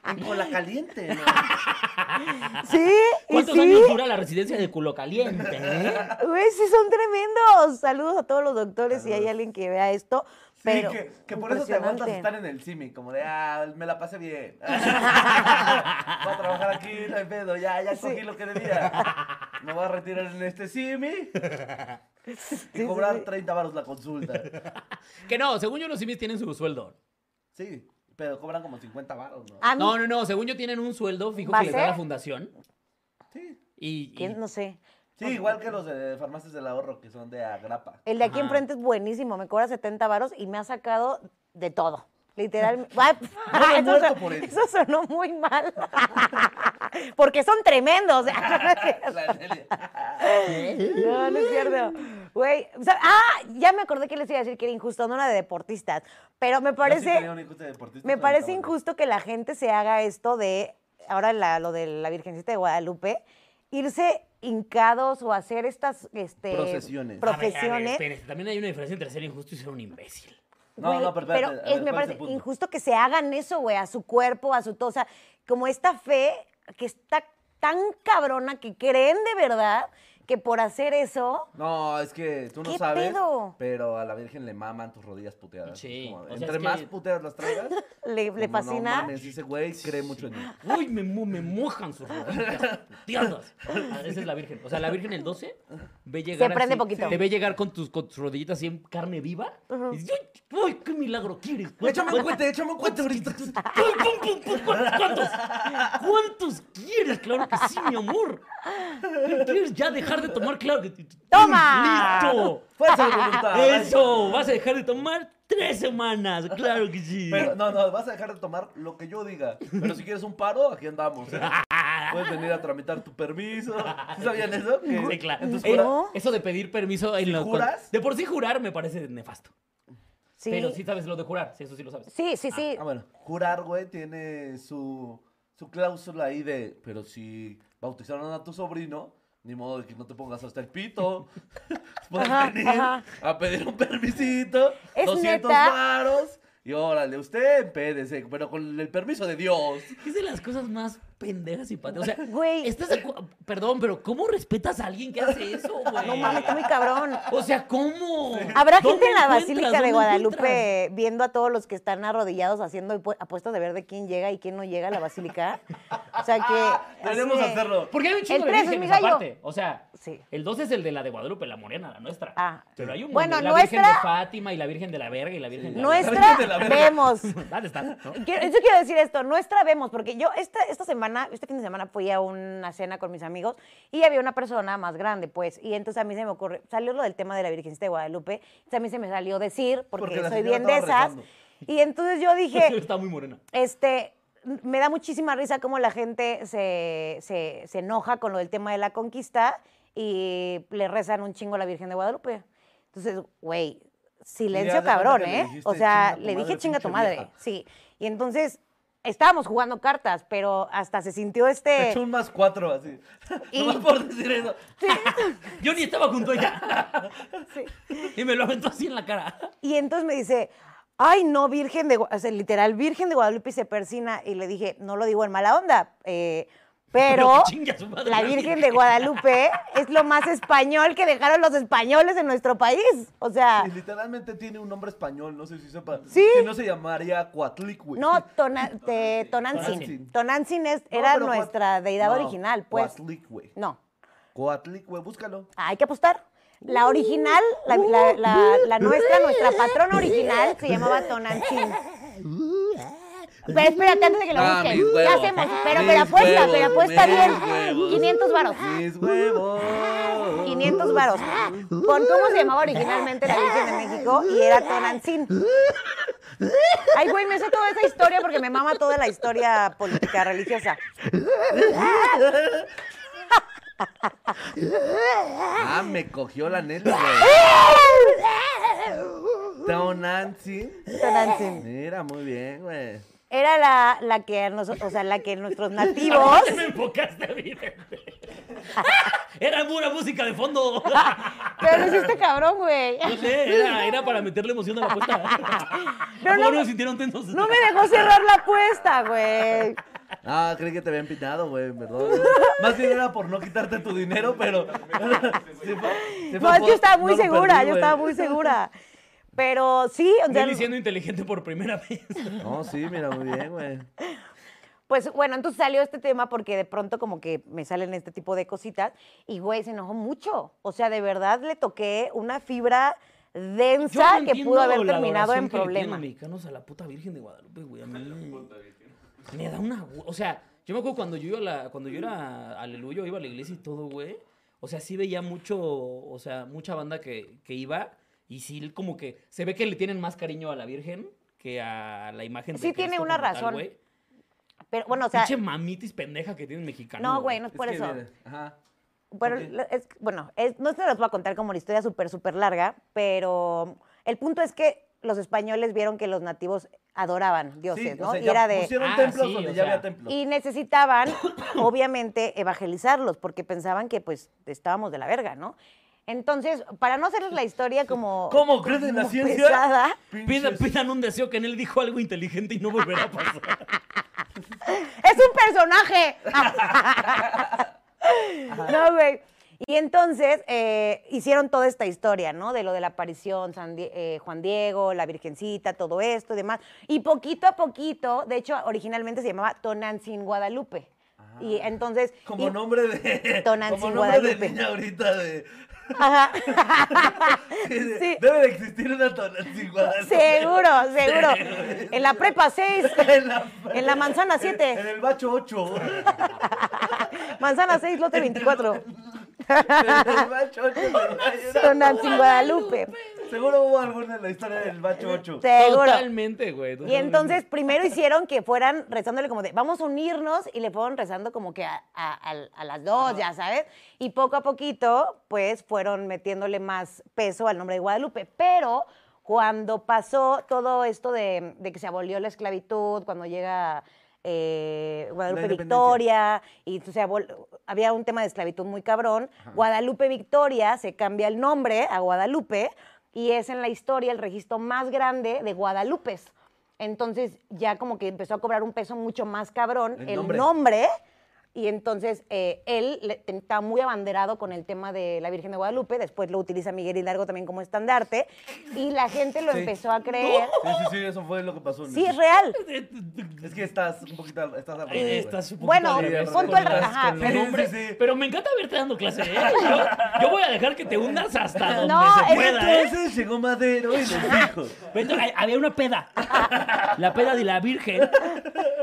S3: En cola caliente, ¿no?
S2: Sí, y
S1: ¿Cuántos
S2: sí.
S1: años dura la residencia de culo caliente? eh?
S2: Güey, sí son tremendos. Saludos a todos los doctores si hay
S3: Saludos.
S2: alguien que vea esto.
S3: Sí,
S2: Pero
S3: que, que por eso te
S2: impresionante.
S3: aguantas estar en el CIMI, como de, ah, me la pasé bien. Voy a trabajar aquí, no hay pedo, ya, ya cogí lo que debía. Me voy a retirar en este CIMI y
S2: sí,
S3: cobrar
S2: sí.
S3: 30 baros la consulta.
S1: Que no, según yo los simis tienen su sueldo.
S3: Sí, pero cobran como 50 baros, ¿no?
S2: A mí,
S1: No, no, no, según yo tienen un sueldo fijo
S2: ¿Va
S1: que
S2: a
S1: les da
S2: ser?
S1: la fundación.
S3: Sí.
S1: Y, y-
S2: ¿quién? no sé.
S3: Sí, igual que los de farmacias del ahorro, que son de agrapa.
S2: El de aquí
S1: Ajá.
S2: enfrente es buenísimo. Me cobra 70 varos y me ha sacado de todo. Literalmente.
S3: me
S2: Ay,
S3: he
S2: eso,
S3: muerto
S2: son-
S3: por él.
S2: eso sonó muy mal. Porque son tremendos.
S3: La Delia.
S2: No, no es cierto. Güey, o sea, ah, ya me acordé que les iba a decir que era injusto, no era de deportistas, pero me
S3: Yo sí tenía
S2: parece,
S3: un hijo de deportista,
S2: me
S3: pero
S2: parece
S3: estaba-
S2: injusto que la gente se haga esto de, ahora la- lo de la Virgencita de Guadalupe, irse hincados o hacer estas este,
S3: Procesiones.
S1: A ver, a ver,
S2: profesiones.
S1: espérense, también hay una diferencia entre ser injusto y ser un imbécil.
S3: No,
S2: Güey,
S3: no, pero
S2: pero
S3: espérate, a
S2: es-
S3: ver, ¿cuál
S2: me
S3: es
S2: parece
S3: el punto?
S2: injusto que se hagan eso, güey, a su cuerpo, a su tosa. Como esta fe que está tan cabrona que creen de verdad que por hacer eso.
S3: No, es que tú no
S2: ¿Qué
S3: sabes.
S2: pedo?
S3: Pero a la Virgen le maman tus rodillas puteadas.
S1: Sí,
S3: Es como,
S1: o sea,
S3: entre
S1: es
S3: más
S1: que-
S3: puteadas las traigas.
S2: Le,
S3: como,
S2: le
S3: no
S2: fascina.
S3: mames, ese güey cree mucho en mí.
S1: Uy, me, mo- me mojan sus rodillas. puteadas. Ah, Esa es la Virgen. O sea, la Virgen el 12 ve llegar.
S2: prende
S1: así,
S2: poquito.
S1: Te ve llegar con tus, con tus rodillitas así en carne viva. Y dices, uy, uy, qué milagro quieres.
S3: Échame un cuente, échame un cuente ahorita.
S1: ¡Pum, pum, pum! ¿Cuántos? ¿Cuántos? ¿Cuántos quieres? Claro que sí, mi amor. ¿Quieres ya dejar de tomar? Claro que.
S2: ¡Toma!
S1: ¡Listo!
S3: Fuerza de voluntad. ahí
S1: ¡Eso! Vas a dejar de tomar tres semanas. Claro que sí.
S3: Pero, no, no, vas a dejar de tomar lo que yo diga. Pero si quieres un paro, aquí andamos. ¿eh? Puedes venir a tramitar tu permiso. ¿Sí ¿Sabían eso? Que
S1: Sí, claro.
S3: en tus
S1: Eh,
S3: cura-
S2: jura-
S1: Eso de pedir permiso en los-
S3: juras?
S1: De por sí jurar me parece nefasto.
S2: Sí,
S1: Pero sí sabes lo de jurar, sí, eso sí lo sabes.
S2: sí, sí. sí.
S3: Ah, bueno. Jurar, güey, tiene su, su cláusula ahí de. Pero si bautizaron a tu sobrino, ni modo de que no te pongas hasta el pito. Puedes
S2: Ajá,
S3: venir
S2: ajá.
S3: a pedir un permisito.
S2: Es
S3: 200
S2: neta.
S3: varos. Y órale, usted empédese, pero con el permiso de Dios.
S1: Es de las cosas más pendejas y patas. O sea,
S2: Güey.
S1: estás de acu- Perdón, pero ¿cómo respetas a alguien que hace eso, güey?
S2: No mames, está muy cabrón.
S1: O sea, ¿cómo?
S2: Habrá
S1: ¿Dónde
S2: gente en la
S1: encuentras?
S2: Basílica
S1: ¿Dónde
S2: de
S1: encuentras?
S2: Guadalupe viendo a todos los que están arrodillados haciendo apu- apuestas de ver de quién llega y quién no llega a la Basílica. O sea que. este,
S3: Deberíamos
S2: así de-
S3: hacerlo.
S1: Porque hay un chingo
S2: El
S1: de
S2: tres es
S1: vírgenes
S2: mi gallo.
S1: aparte. O sea,
S2: Sí.
S1: el 2 es el de la de Guadalupe, la morena, la nuestra.
S2: Ah.
S1: Pero hay un
S2: Bueno,
S1: montón, la
S2: nuestra-
S1: Virgen de Fátima y la Virgen de la Verga y la Virgen de la Verga.
S2: Nuestra
S3: de la verga.
S2: vemos.
S1: ¿Dónde están? no?
S2: Quiero- Yo quiero decir esto, nuestra vemos, porque yo esta, esta semana, este fin de semana fui a una cena con mis amigos y había una persona más grande, pues, y entonces a mí se me ocurrió, salió lo del tema de la Virgencita de Guadalupe, entonces a mí se me salió decir, porque,
S3: Porque la
S2: soy
S3: señora
S2: bien de
S3: estaba
S2: esas,
S3: rezando.
S2: y entonces yo dije,
S1: Está muy morena.
S2: este, me da muchísima risa cómo la gente se, se- se enoja con lo del tema de la conquista y le rezan un chingo a la Virgen de Guadalupe. Entonces, güey,
S3: Ya,
S2: silencio
S3: haz de cuenta
S2: cabrón,
S3: que le
S2: ¿eh?
S3: dijiste,
S2: O sea,
S3: "Chinga tu
S2: le
S3: madre,
S2: dije chinga tu
S3: pinche
S2: madre,
S3: vieja".
S2: sí. Y entonces estábamos jugando cartas, pero hasta se sintió
S3: Te
S2: este...
S3: echó un más cuatro, así.
S2: Y-
S3: Nomás por decir eso.
S1: Yo ni estaba junto a ella.
S2: Sí.
S1: Y me lo aventó así en la cara.
S2: Y entonces me dice, ay, no, Virgen de Gua-", o sea, literal, Virgen de Guadalupe y se persina. Y le dije, no lo digo en mala onda, eh,
S1: Pero
S2: pero
S1: que chingue a su madre la
S2: la Virgen
S1: Virgen".
S2: de Guadalupe es lo más español que dejaron los españoles en nuestro país. O sea,
S3: Y literalmente tiene un nombre español, no sé si sepa.
S2: Ah. Sí.
S3: Que no se llamaría Coatlicue.
S2: no, Tona- te- Tonantzin.
S3: Tonantzin.
S2: Tonantzin es-
S3: No,
S2: era
S3: pero Coat-
S2: nuestra deidad
S3: no,
S2: original, pues.
S3: Coatlicue.
S2: No,
S3: Coatlicue, búscalo.
S2: hay que apostar. La
S3: Uh,
S2: original, la, la- la- la nuestra, nuestra patrona original se
S3: uh,
S2: llamaba Tonantzin. Pero espérate, antes de que lo
S3: Ah,
S2: busquen,
S3: uh, mis
S2: ¿qué
S3: huevos.
S2: hacemos? Pero,
S3: Mis
S2: pero apuesta,
S3: huevos,
S2: pero apuesta
S3: mis
S2: bien.
S3: huevos.
S2: 500 varos.
S3: Mis huevos.
S2: 500 varos. Con cómo se llamaba originalmente la Virgen de México y era Tonantzin. Ay, güey, me sé toda esa historia porque me mama toda la historia política religiosa.
S3: Ah, me cogió la neta. Nancy.
S2: Tonantzin.
S3: Mira, muy bien, güey.
S2: Era la, la que a nos- o sea, la que nuestros nativos.
S1: Me enfocaste a mí. Era pura música de fondo.
S2: Pero lo hiciste cabrón, güey.
S1: No sé, era, era para meterle emoción a la apuesta.
S2: Pero
S1: ¿A poco
S2: no-
S1: no se sintieron tensos?
S2: No me dejó cerrar la apuesta, güey.
S3: Ah, creí que te habían pitado, güey, perdón. Más bien era por no quitarte tu dinero, pero. Sí fue- sí fue
S2: No, es
S3: por-
S2: que yo estaba muy
S3: no lo
S2: segura,
S3: perdí,
S2: yo
S3: güey.
S2: estaba muy segura. Pero sí, o sea,
S1: Nelly siendo inteligente por primera vez.
S3: No, sí, mira, muy bien, güey.
S2: pues bueno, entonces salió este tema porque de pronto como que me salen este tipo de cositas y güey, se enojó mucho. O sea, de verdad le toqué una fibra
S1: Yo no
S2: densa que
S1: entiendo
S2: pudo haber
S1: la
S2: terminado
S1: adoración
S2: en
S1: que le tienen
S2: problema.
S1: mexicanos a la puta Virgen de Guadalupe, güey. A mí me da una... hue- O sea, yo me acuerdo cuando yo, iba a la, cuando yo era aleluyo, iba a la iglesia y todo, güey. O sea, sí veía mucho, o sea, mucha banda que, que iba y sí como que se ve que le tienen más cariño a la Virgen que a la imagen de
S2: Sí tiene
S1: Cristo
S2: una
S1: como tal,
S2: razón.
S1: güey.
S2: Pero bueno, o sea,
S1: Pinche mamitis pendeja que tiene el mexicano.
S2: no, güey, no es
S3: Es
S2: por
S3: que,
S2: eso.
S3: mira, Ajá.
S2: Bueno,
S3: Ok.
S2: lo- es- bueno es- no se los voy a contar como una historia súper, súper larga, pero el punto es que los españoles vieron que los nativos adoraban dioses,
S3: Sí, o
S2: ¿no?
S3: sea,
S2: y
S3: ya
S2: era de...
S3: Pusieron
S1: Ah,
S3: templos
S1: sí,
S3: donde
S1: o
S3: ya
S1: sea.
S3: había templos.
S2: Y necesitaban, obviamente, evangelizarlos, porque pensaban que pues estábamos de la verga, ¿no? Entonces, para no hacerles la historia como.
S3: ¿Cómo creen en la
S2: como
S3: ciencia?
S2: pesada,
S1: Pida-
S3: Pinches-
S1: pidan un deseo que en él dijo algo inteligente y no volverá a pasar.
S2: ¡Es un personaje! no, güey. Y entonces eh, hicieron toda esta historia, ¿no? De lo de la aparición, San Die- eh, Juan Diego, la Virgencita, todo esto y demás. Y poquito a poquito, de hecho, originalmente se llamaba Tonantzin Guadalupe.
S3: Ah.
S2: Y entonces.
S3: Como
S2: y-
S3: nombre de.
S2: Tonantzin,
S3: como nombre
S2: Guadalupe.
S3: de niña ahorita de.
S2: Ajá. Sí.
S3: Debe de existir una Tonantzin Guadalupe.
S2: Seguro, seguro.
S3: Sí.
S2: En la prepa 6.
S3: En la,
S2: En la manzana
S3: En,
S2: 7.
S3: el bacho 8.
S2: Manzana 6, lote 24.
S3: en el bacho 8.
S2: Tonantzin Guadalupe.
S3: Seguro hubo alguna en la historia del bacho 8.
S2: Seguro.
S1: Totalmente, güey.
S2: Y entonces primero hicieron que fueran rezándole como de, vamos a unirnos y le fueron rezando como que a, a- a- a las dos, ya sabes. Y poco a poquito, pues fueron metiéndole más peso al nombre de Guadalupe. Pero cuando pasó todo esto de, de que se abolió la esclavitud, cuando llega... eh, Guadalupe
S3: independencia.
S2: Victoria, y o sea, vol- había un tema de esclavitud muy cabrón. Guadalupe Victoria se cambia el nombre a Guadalupe y es en la historia el registro más grande de Guadalupes. Entonces ya como que empezó a cobrar un peso mucho más cabrón el,
S3: El
S2: nombre.
S3: nombre.
S2: Y entonces eh, él le- te- está muy abanderado con el tema de la Virgen de Guadalupe. Después lo utiliza Miguel Hidalgo también como estandarte. Y la gente lo
S3: Sí.
S2: empezó a creer.
S3: Sí, sí, sí, eso fue lo que pasó.
S2: Sí, es real.
S3: Es que estás un poquito. Estás al
S1: Eh,
S3: revés, güey.
S1: Estás un
S2: Bueno,
S1: poquito al revés
S2: pon tú
S1: con
S2: el
S1: las-
S2: ajá.
S1: con los
S3: Sí, sí,
S1: nombres,
S3: sí.
S1: Pero me encanta verte dando clase. ¿eh? Yo, yo voy a dejar que te hundas hasta donde
S2: No, es
S1: se
S2: que
S1: pueda. ¿eh?
S3: Entonces llegó Madero y les dijo.
S1: Vete, hay- había una peda. La peda de la Virgen.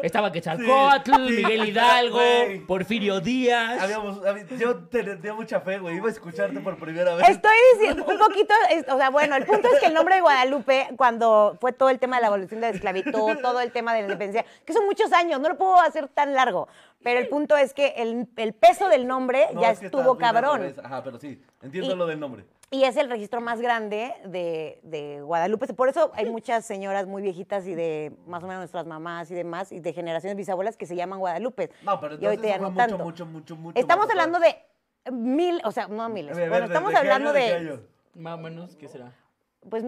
S1: Estaba Quetzalcóatl,
S3: Sí, sí.
S1: Miguel Hidalgo,
S3: Güey.
S1: Porfirio Díaz.
S3: Habíamos, habi- yo te tenía mucha fe, güey. Iba a escucharte por primera vez.
S2: Estoy diciendo un poquito, es- o sea, bueno, el punto es que el nombre de Guadalupe, cuando fue todo el tema de la abolición de la esclavitud, todo el tema de la independencia, que son muchos años, no lo puedo hacer tan largo, pero el punto es que el, el peso del nombre
S3: No,
S2: ya
S3: es que estás
S2: estuvo
S3: bien al
S2: cabrón.
S3: revés. Ajá, pero sí. Entiendo
S2: Y-
S3: lo del nombre.
S2: Y es el registro más grande de, de Guadalupe. Por eso hay muchas señoras muy viejitas y de más o menos nuestras mamás y demás, y de generaciones bisabuelas que se llaman Guadalupe.
S3: No, pero
S2: y ahorita
S3: entonces
S2: ya
S3: eso
S2: no
S3: fue mucho,
S2: tanto.
S3: mucho, mucho, mucho
S2: Estamos
S3: más atrás.
S2: hablando de mil, o sea, no miles.
S3: A ver, a ver,
S2: bueno, estamos
S3: ¿desde qué
S2: hablando
S3: año, desde
S2: de...
S3: qué año?
S1: Más o menos, ¿qué será?
S2: pues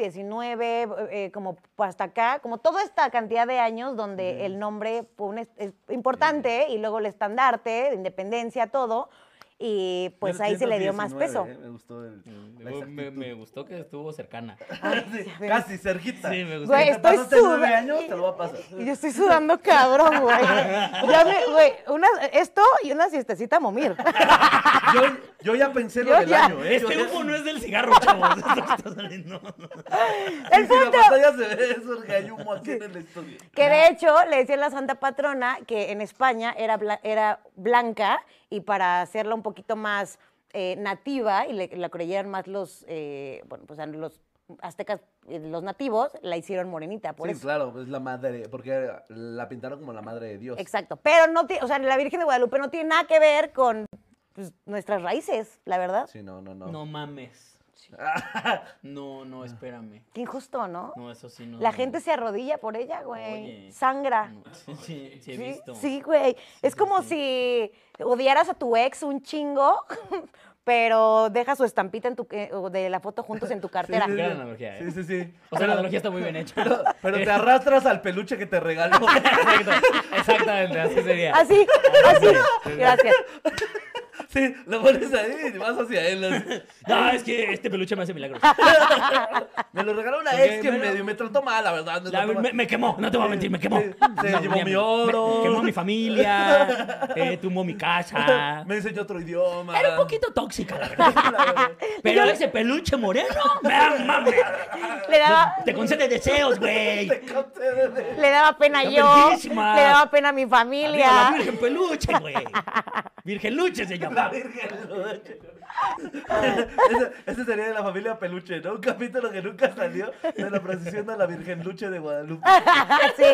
S2: 1819, eh, como hasta acá, como toda esta cantidad de años donde el nombre fue un es, es importante y luego el estandarte, de independencia, todo, y pues ahí se le dio más
S3: 1919,
S2: peso.
S3: eh, me gustó el- la
S1: Me, me-
S3: exactitud.
S1: me gustó que estuvo cercana.
S3: Sí, Casi cerquita.
S1: Sí, me gustó.
S2: Güey,
S3: Si te
S2: estoy
S3: pasaste nueve
S2: suda-
S3: años, te lo va a pasar.
S2: Y yo estoy sudando cabrón, güey. Ya me, güey, una, esto y una siestecita a momir.
S3: Yo, yo ya pensé lo
S2: Yo
S3: del
S2: ya.
S3: año, ¿eh?
S1: Este
S3: Yo ya-
S1: humo no es del cigarro, chavos. Esto que está saliendo.
S2: El
S3: Y si la
S2: punto
S3: pantalla se ve, es porque hay humo aquí en el estudio.
S2: Que de hecho le decían la Santa Patrona que en España era, bla- era blanca y para hacerla un poquito más eh, nativa y le- la creyeran más los, eh, bueno, pues a los aztecas, eh, los nativos, la hicieron morenita, por
S3: Sí,
S2: eso.
S3: claro, es la madre, porque la pintaron como la madre de Dios.
S2: Exacto. Pero no, ti- o sea, la Virgen de Guadalupe no tiene nada que ver con pues, nuestras raíces, la verdad.
S3: Sí, no, no, no.
S1: No mames. No, no, espérame.
S2: Qué injusto, ¿no?
S1: No, eso sí no.
S2: la gente se arrodilla por ella, güey.
S1: Oye.
S2: Sangra.
S1: No, sí, sí, sí he
S2: Sí,
S1: visto.
S2: sí, güey. es como si odiaras a tu ex un chingo, pero deja su estampita en tu, eh, o de la foto juntos en tu cartera.
S1: sí, Gran analogía, ¿eh?
S3: Sí, sí, sí.
S1: O sea, la analogía está muy bien hecha.
S3: Pero, pero te arrastras al peluche que te regaló.
S1: Eh. Exacto, exactamente, así sería.
S3: ¿Ah,
S2: Así, así. Gracias.
S3: Sí, lo pones ahí y vas hacia él. así.
S1: No, es que este peluche me hace milagros.
S3: Ah, Me lo regaló una
S1: Porque
S3: ex que
S1: me lo-
S3: medio me trató mal, la verdad. me
S1: La-
S3: trató mal.
S1: me, me quemó, no te voy a mentir, me quemó.
S3: Sí, se
S1: No,
S3: llevó
S1: mira,
S3: mi
S1: me-
S3: oro.
S1: me quemó a mi familia, eh, tumbó mi casa.
S3: Me enseñó otro idioma.
S1: ah. Era un poquito tóxica, la verdad. Pero ese peluche moreno, ¡ah, mames.
S2: Le daba,
S1: Te concede deseos, güey.
S3: Te concede.
S2: le daba pena
S1: Está
S2: yo, le
S1: verguísima.
S2: daba pena a mi
S1: Arriba la
S2: familia.
S1: Virgen Peluche, güey. Virgen Luche se
S3: La
S1: llama.
S3: Virgen Peluche. ese, ese sería de la familia Peluche, ¿no? Un capítulo que nunca salió de la procesión de la Virgen Luche de
S1: Ah.
S3: Guadalupe.
S2: sí.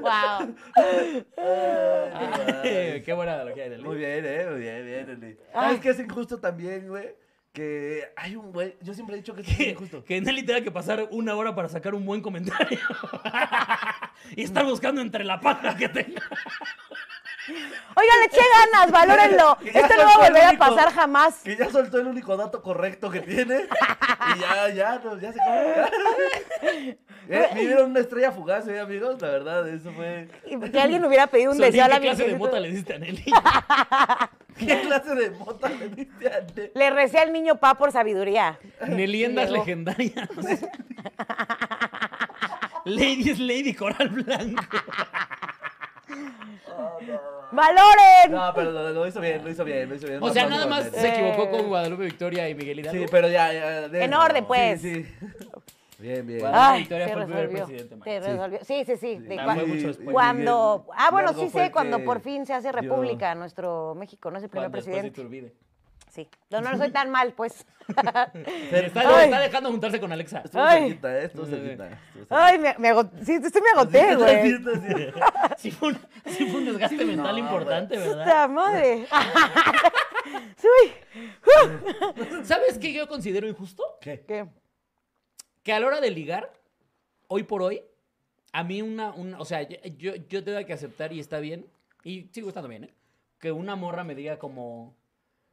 S2: Wow.
S1: Ay, Eh, Qué buena analogía de
S3: Muy
S1: Lili.
S3: bien, eh, muy bien, bien, Eli. ¿Sabes qué es injusto también, güey? Que hay un güey, yo siempre he dicho que esto es injusto.
S1: Que Nelly tenga que pasar una hora para sacar un buen comentario. y estar buscando entre la paja que tenga.
S2: Oigan, eché ganas, valórenlo.
S3: Que ya
S2: Esto no va
S3: soltó
S2: a
S3: el
S2: volver a
S3: único-
S2: pasar jamás.
S3: Que ya soltó el único dato correcto que tiene. Y ya, ya, no, ya se acabó. Eh, vivieron una estrella fugaz, eh, amigos. La verdad, eso fue.
S2: Y Que alguien hubiera pedido un
S1: Solín,
S2: deseo a la
S1: ¿Qué clase de
S2: Virgencita.
S1: mota le diste a Nelly?
S3: ¿Qué clase de mota le diste a Nelly?
S2: Le recé al niño pa por sabiduría.
S1: Neliendas
S2: llegó.
S1: legendarias. Lady es Lady Coral Blanco.
S2: ¡Valoren!
S3: No, pero lo, lo hizo bien, lo hizo bien, lo hizo bien.
S1: O sea, nada más se
S2: Eh.
S1: equivocó con Guadalupe Victoria y Miguel Hidalgo.
S3: Sí, pero ya, ya. de-
S2: En orden,
S3: sí,
S2: pues.
S3: Sí, Bien, bien.
S1: Guau.
S2: Ay,
S1: Victoria
S2: se
S1: fue el primer
S2: Ah, resolvió.
S1: presidente, Max.
S2: Se
S1: Sí.
S2: resolvió. Sí, sí, sí. de
S1: Ah,
S2: cua-
S1: fue mucho
S3: Y-
S1: después.
S3: y
S2: cuando.
S3: Miguel
S2: Ah, bueno,
S3: Hidalgo
S2: sí
S3: fue
S2: sé,
S3: el
S2: cuando
S3: que
S2: por fin se hace
S3: dio-
S2: república nuestro México, ¿no? Es el primer
S1: Cuando después de
S2: presidente.
S1: Iturbide.
S2: Sí. No, no soy tan mal, pues.
S1: Está,
S2: Ay.
S1: está dejando juntarse con Alexa.
S3: Estuvo
S2: Ay.
S3: cerquita, eh, estuvo cerquita. estuvo cerquita.
S2: Ay, me, me agoté. Sí, sí me agoté, güey.
S3: Estuvo cerquita, sí.
S1: Sí fue un, sí fue un desgaste mental
S3: güey.
S1: importante, ¿verdad?
S2: ¡Puta madre! ¡Uy! ¡Uh!
S1: ¿Sabes qué yo considero injusto?
S3: ¿Qué?
S2: ¿Qué?
S1: Que a la hora de ligar, hoy por hoy, a mí una, una- o sea, yo, yo, yo tengo que aceptar y está bien, y sigo estando bien, ¿eh? Que una morra me diga como,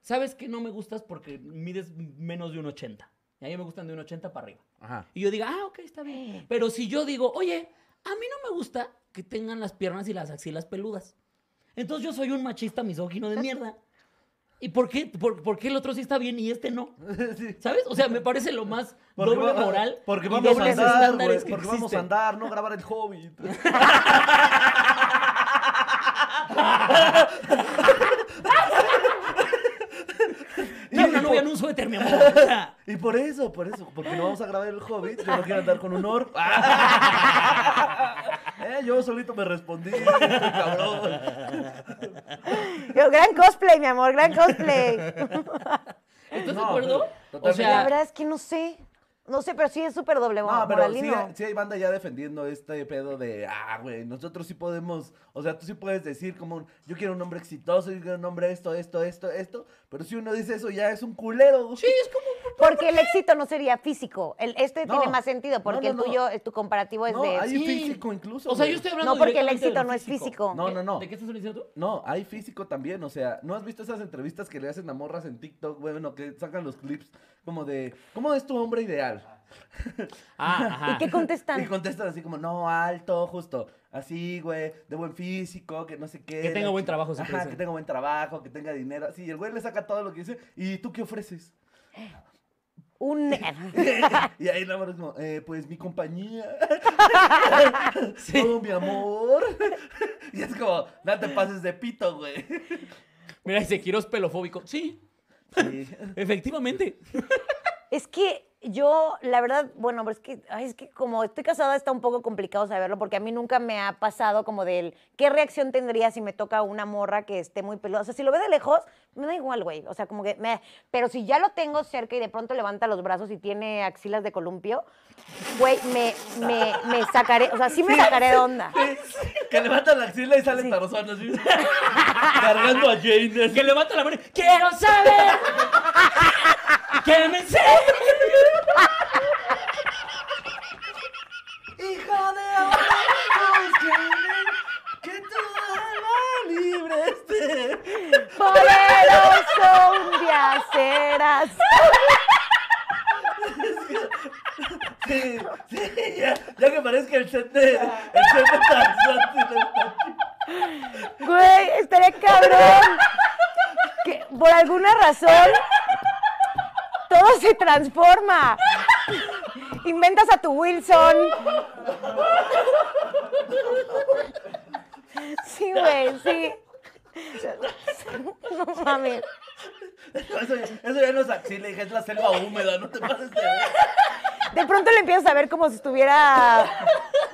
S1: ¿sabes que no me gustas porque mides menos de un 80? Y a mí me gustan de un 80 para arriba.
S3: Ajá.
S1: Y yo diga, ah, ok, está bien. Pero si yo digo, oye, a mí no me gusta que tengan las piernas y las axilas peludas. Entonces yo soy un machista misógino de mierda. ¿Y por qué, por, por qué el otro sí está bien y este no?
S3: Sí.
S1: ¿Sabes? O sea, me parece lo más
S3: Porque
S1: doble
S3: va-
S1: moral.
S3: Porque
S1: y
S3: vamos a
S1: dobles
S3: andar, güey,
S1: estándares que
S3: porque vamos a
S1: existen.
S3: andar, no grabar el Hobbit.
S1: Quiero una novia en un suéter, mi amor. O sea,
S3: Y por eso, por eso, porque no vamos a grabar el Hobbit, yo no quiero andar con un orb. Eh, yo solito me respondí, cabrón.
S2: Yo, gran cosplay, mi amor, gran cosplay.
S1: ¿Estás de
S3: No,
S1: acuerdo? O
S3: totalmente.
S2: La
S1: sea,
S2: verdad es que no sé. No sé, pero sí es súper doble
S3: No,
S2: mo-
S3: pero sí, eh,
S2: moralino.
S3: sí hay banda ya defendiendo este pedo de, ah, güey, nosotros sí podemos, o sea, tú sí puedes decir como, yo quiero un hombre exitoso, yo quiero un hombre esto, esto, esto, esto, pero si uno dice eso ya es un culero. güey.
S1: sí, es como.
S2: Porque el éxito no sería físico. El, este
S3: No.
S2: tiene más sentido,
S3: No, no,
S2: porque el
S3: no.
S2: tuyo, eh, tu comparativo es
S3: No,
S2: de.
S3: hay-
S1: sí.
S3: físico incluso,
S1: O sea,
S3: güey.
S1: yo estoy hablando
S2: No, porque el
S1: directamente
S2: éxito
S1: del
S2: no es físico.
S3: No, no, no.
S1: ¿De qué estás diciendo tú?
S3: No, hay físico también, o sea, ¿no has visto esas entrevistas que le hacen a morras en TikTok? Bueno, que sacan los clips como de, ¿cómo es tu hombre ideal?
S1: Ah, ajá.
S2: ¿Y qué
S3: Y
S2: contestan?
S3: contestan así como, no, alto, justo, así, güey, de buen físico, que no sé qué.
S1: Que tenga
S3: la
S1: buen
S3: chi-
S1: trabajo, siempre
S3: Ajá,
S1: dicen.
S3: que tenga buen trabajo, que tenga dinero. Sí, y el güey le saca todo lo que dice, ¿y tú qué ofreces?
S2: Un.
S3: y ahí la morra es como, eh, pues mi compañía,
S1: Sí.
S3: todo mi amor. y es como, no te pases de pito, güey.
S1: Mira, dice Quiroz pelofóbico. Sí,
S3: Sí.
S1: efectivamente.
S2: Es que yo, la verdad, bueno, pero es que, ay, es que como estoy casada está un poco complicado saberlo porque a mí nunca me ha pasado como del qué reacción tendría si me toca una morra que esté muy peluda. O sea, si lo ve de lejos, me da igual, güey. O sea, como que me... Pero si ya lo tengo cerca y de pronto levanta los brazos y tiene axilas de columpio, güey, me, me, me sacaré, o sea, sí me sacaré de onda.
S3: Sí, que levanta la axila y sale Tarzán así. cargando a Jane. así.
S1: Que levanta la mano. y, Quiero saber. que me enseñe.
S3: Hijo de amigos, que, que tu alma libre esté.
S2: Poderoso un día serás.
S3: Sí, sí, ya, ya que parezca el set de, el set de Tarzán. sí, no está chido.
S2: Güey, estaría cabrón. Que por alguna razón todo se transforma. Inventas a tu Wilson. Sí, güey, sí. No mames.
S3: Eso, ya- eso ya no es axila, hija, es la selva húmeda, no te pases de
S2: De pronto le empiezas a ver como si estuviera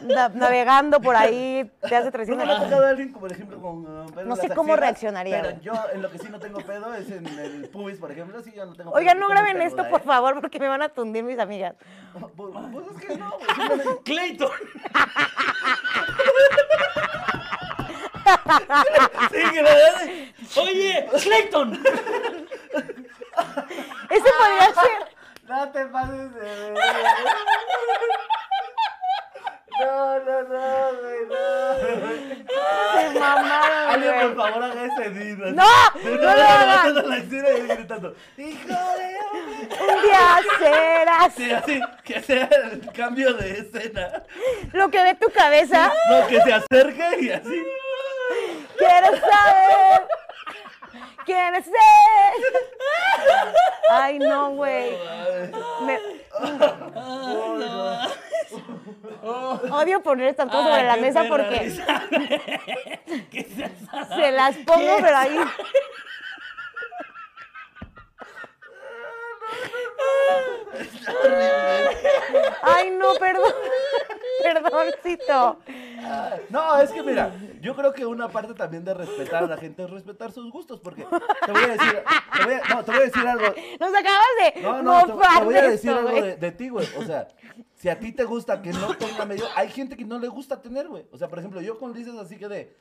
S2: na- navegando por ahí. Te hace
S3: Nunca
S2: 300
S3: Pues me ha tocado a alguien, como, por ejemplo, con uh, pelo en
S2: No sé
S3: las
S2: cómo
S3: axilas,
S2: reaccionaría,
S3: Pero
S2: güey.
S3: yo, en lo que sí no tengo pedo es en el pubis, por ejemplo. Sí, yo no tengo
S2: Oigan,
S3: pedo,
S2: no
S3: tengo
S2: graben
S3: peluda,
S2: esto,
S3: ¿eh?
S2: por favor, porque me van a tundir mis amigas.
S3: Pues, pues es que no, güey, simplemente-
S1: Clayton.
S3: Sí, que la verdad es-
S1: Oye, Clayton.
S2: Ese podría ser.
S3: No te pases de verga. No, no, no, güey, no.
S2: Se mamaron,
S3: Alguien, por
S2: güey.
S3: favor, haga ese deal.
S2: ¡No!
S3: De
S2: ¡No
S3: una
S2: lo
S3: mano
S2: hagas!
S3: levantando la axila y gritando, ¡Hijo de...
S2: Un día serás
S3: Sí, así, que sea el cambio de escena.
S2: lo que ve tu cabeza.
S3: No, que se acerque y así.
S2: ¿Quieres saber? ¿Quieres ser? Ay, no, güey. Me- Odio poner estas cosas sobre la mesa porque se las pongo, pero ahí. Ay, no, perdón. Perdoncito.
S3: No, es que mira, yo creo que una parte también de respetar a la gente es respetar sus gustos, porque te voy a decir, te voy a, no, te voy a decir algo.
S2: Nos acabas de
S3: No, no, te,
S2: mofar
S3: te voy a
S2: de
S3: decir
S2: esto,
S3: algo
S2: güey.
S3: de, de ti, güey. O sea, si a ti te gusta que no tenga medio, hay gente que no le gusta tener, güey. O sea, por ejemplo, yo con dices así que de,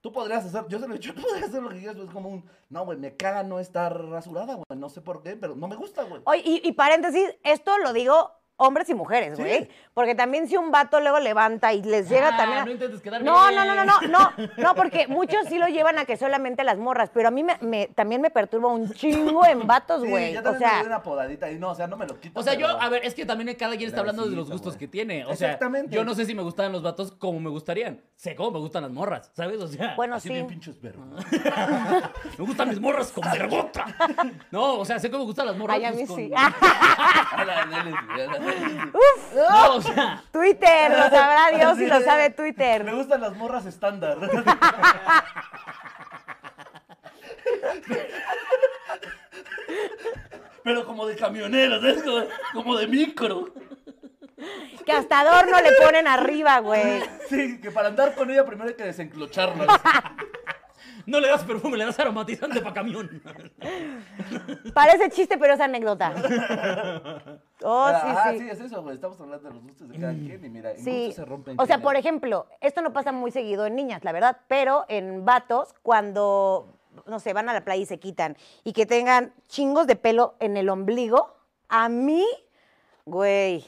S3: tú podrías hacer, yo se lo he dicho, tú podrías hacer lo que quieras, güey. Es como un, no, güey, me caga no estar rasurada, güey. No sé por qué, pero no me gusta, güey.
S2: Oye, y, y paréntesis, esto lo digo hombres y mujeres,
S3: Sí.
S2: güey. Porque también si un vato luego levanta y les llega
S1: Ah,
S2: también. a-
S1: no intentes quedar
S2: no,
S1: bien.
S2: no, no, no, no, no, no, porque muchos sí lo llevan a que solamente las morras, pero a mí me, me- también me perturba un chingo en vatos,
S3: Sí,
S2: güey.
S3: yo
S2: o
S3: también me
S2: sea,
S3: doy una podadita y no, o sea, no me lo quito.
S1: O sea, yo,
S3: pero-
S1: a ver, es que también cada quien está hablando de los
S3: Clarecito,
S1: gustos
S3: güey.
S1: que tiene. O sea,
S3: Exactamente.
S1: yo no sé si me gustan los vatos como me gustarían. Sé cómo me gustan las morras, ¿sabes? O sea,
S2: bueno,
S3: Así bien
S2: sí.
S3: pinches verga.
S1: me gustan mis morras con vergota. No, o sea, sé cómo me gustan las morras.
S2: Ay, a
S1: pues,
S2: mí
S1: con-
S2: sí. Ah,
S3: A la Nelly, a la Nelly.
S2: ¡Uf!
S1: No, o sea,
S2: Twitter, lo sabrá Dios
S3: Así
S2: y lo
S3: de-
S2: sabe
S3: Me
S2: Twitter.
S3: gustan las morras estándar. Pero como de camioneros, ¿sabes? Como, como de micro.
S2: Que hasta adorno le ponen arriba, güey.
S3: Sí, que para andar con ella primero hay que desenclocharnos.
S1: no le das perfume, le das aromatizante para camión.
S2: Parece chiste, pero es anécdota. Oh, sí,
S3: ah,
S2: sí.
S3: sí, es eso, güey. Estamos hablando de los gustos de cada
S1: Mm.
S3: quien y mira, en
S2: Sí.
S3: gustos se rompen.
S2: O sea, por ejemplo, esto no pasa muy seguido en niñas, la verdad, pero en vatos, cuando, no sé, van a la playa y se quitan y que tengan chingos de pelo en el ombligo, a mí, güey.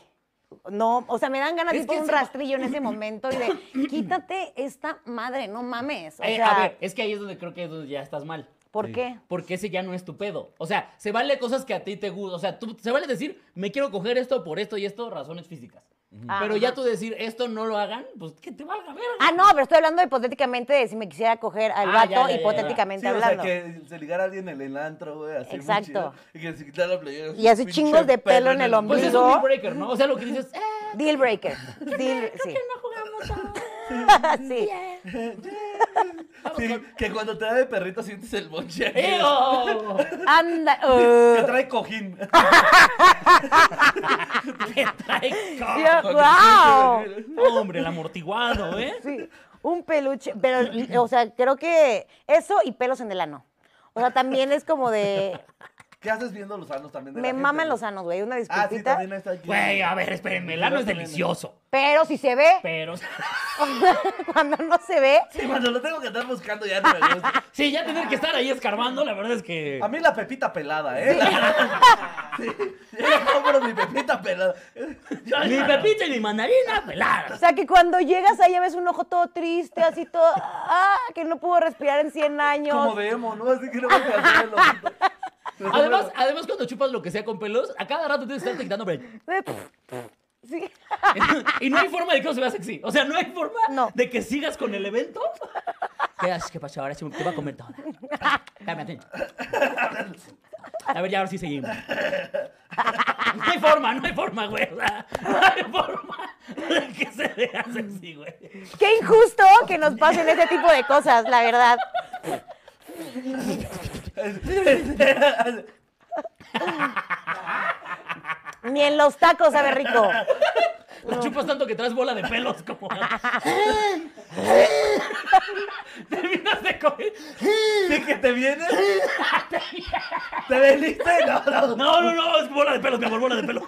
S2: No, o sea, me dan ganas de
S1: Es
S2: ir por
S1: que
S2: un
S1: se-
S2: rastrillo en ese momento y de quítate esta madre, no mames. O
S1: Eh,
S2: sea,
S1: a ver, es que ahí es donde creo que es donde ya estás mal.
S2: ¿por qué?
S1: Porque ese ya no es tu pedo. O sea, se vale cosas que a ti te gustan. O sea, tú, se vale decir, me quiero coger esto por esto y esto, razones físicas. Pero
S2: Ajá.
S1: ya tú decir, esto no lo hagan, pues que te valga verga.
S2: Ah, no, pero estoy hablando hipotéticamente de si me quisiera coger al
S1: Ah,
S2: vato,
S1: ya, ya, ya, ya.
S2: hipotéticamente
S3: Sí, o sea,
S2: hablando.
S3: que se ligara a alguien en el antro, güey, así muy
S2: Exacto.
S3: chido, Y que se quitara la playera.
S2: Y así
S3: pinche
S2: chingos de pelo en el
S1: Pues es
S2: ombligo.
S1: un deal breaker, ¿no? O sea, lo que dices, eh,
S2: Deal breaker. Deal, sí.
S1: no jugamos a...
S2: sí.
S3: Sí, que cuando te da de perrito sientes el bonche. aquí.
S1: ¡Eh, oh!
S2: Anda.
S3: Que
S2: eh,
S3: trae cojín.
S1: ¡Qué trae co-
S2: Dios, ¡Guau!
S1: Hombre, el amortiguado, ¿eh?
S2: Sí, un peluche. Pero, o sea, creo que eso y pelos en el ano. O sea, también es como de.
S3: ¿Qué haces viendo los anos también? de la
S2: Me
S3: gente,
S2: maman
S3: güey?
S2: los anos, güey. Una
S3: Ah, sí,
S2: disculpita.
S3: también está aquí.
S1: Güey, a ver, espérenme, el ano es delicioso.
S2: pero si se ve,
S1: Pero...
S2: cuando no se ve.
S3: Sí, cuando lo tengo que andar buscando ya no me gusta.
S1: Sí, ya tener que estar ahí escarbando, la verdad es que...
S3: A mí la pepita pelada, ¿eh? Sí, yo le compro mi pepita pelada.
S1: Ni pepita ni mandarina
S2: O
S1: peladas.
S2: sea, que cuando llegas ahí ya ves un ojo todo triste, así todo. ¡Ah! Que no pudo respirar en 100 años.
S3: Como de emo, ¿no? Así que no me voy a hacer el ojito.
S1: Además, además, cuando chupas lo que sea con pelos, a cada rato tienes que estarte quitando break.
S2: De- Sí.
S1: Y no hay forma de que no se vea sexy. O sea, no hay forma
S2: No.
S1: de que sigas con el evento. ¿Qué haces? ¿Qué pasa? Ahora sí me te va a comer toda. Cámbiate. A ver, ya ahora sí seguimos. No hay forma, no hay forma, güey. O sea, no hay forma de que se vea sexy, güey.
S2: Qué injusto que nos pasen este tipo de cosas, la verdad. Ni en los tacos sabe rico.
S1: La chupas tanto que traes bola de pelos como. Terminas de comer.
S3: Sí, que te viene. ¿Te veniste? No, no.
S1: No, no, no, es bola de pelos, mi amor, bola de pelos.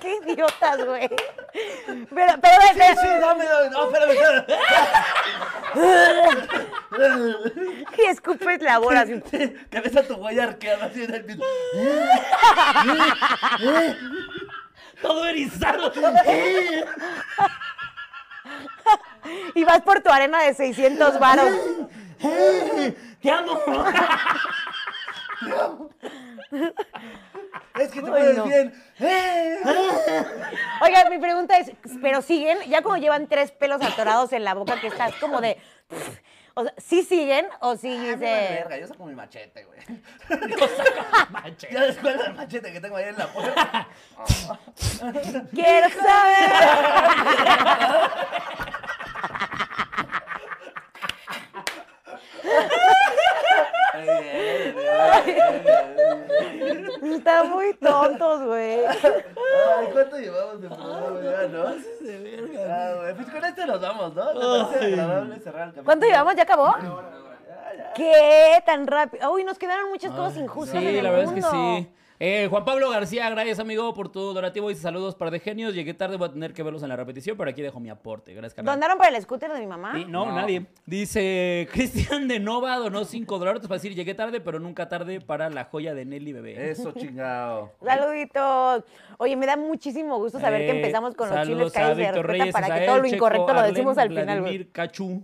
S2: Qué idiotas, güey. Pero, pero, pero,
S3: Sí, dame, dame. No, espérame, espérame.
S2: y escupes la bola así.
S3: Sí, que ves a tu güey arqueada así en el piso.
S1: Todo erizado.
S2: Y vas por tu arena de 600 varos.
S1: ¡Te amo!
S3: Es que te
S2: Ay,
S3: pones
S2: no.
S3: bien. ¡Eh!
S2: Oiga, mi pregunta es, ¿pero siguen? Ya como llevan tres pelos atorados en la boca que estás como de... O sea, ¿sí siguen o sí
S3: Ay, Ah, me vale
S2: dice...
S3: verga, yo saco mi machete, güey.
S1: Yo saco machete.
S3: Ya después del machete que tengo ahí en la puerta.
S2: Quiero saber.
S3: Ay, ay, ay, ay, ay.
S2: Están muy tontos, güey.
S3: Ay, ¿cuánto llevamos de programa ya, no? Ah, güey, Pues con este nos vamos, ¿no? ¿Te parece agradable cerrar el capítulo?
S2: ¿Cuánto llevamos? ¿Ya acabó? ¿Qué? Tan rápido. Uy, nos quedaron muchas cosas
S1: Sí,
S2: injustas en el
S1: la verdad es que
S2: mundo.
S1: sí. Eh, Juan Pablo García, gracias amigo por tu donativo y saludos para de genios. Llegué tarde, voy a tener que verlos en la repetición, pero aquí dejo mi aporte. Gracias, carnal.
S2: ¿Donaron para el scooter de mi mamá?
S1: Sí, no, nadie. Dice Cristian de Nova donó 5 dólares para decir llegué tarde, pero nunca tarde para la joya de Nelly Bebé.
S3: Eso, chingado.
S2: Saluditos. Oye, me da muchísimo gusto saber que
S1: Eh,
S2: empezamos con los chiles
S1: saludos a
S2: caídos de
S1: Víctor
S2: respeto
S1: Reyes,
S2: para que
S1: Israel
S2: todo lo
S1: Checo,
S2: incorrecto lo
S1: Arlen,
S2: decimos al final, güey.
S1: Vladimir Cachu,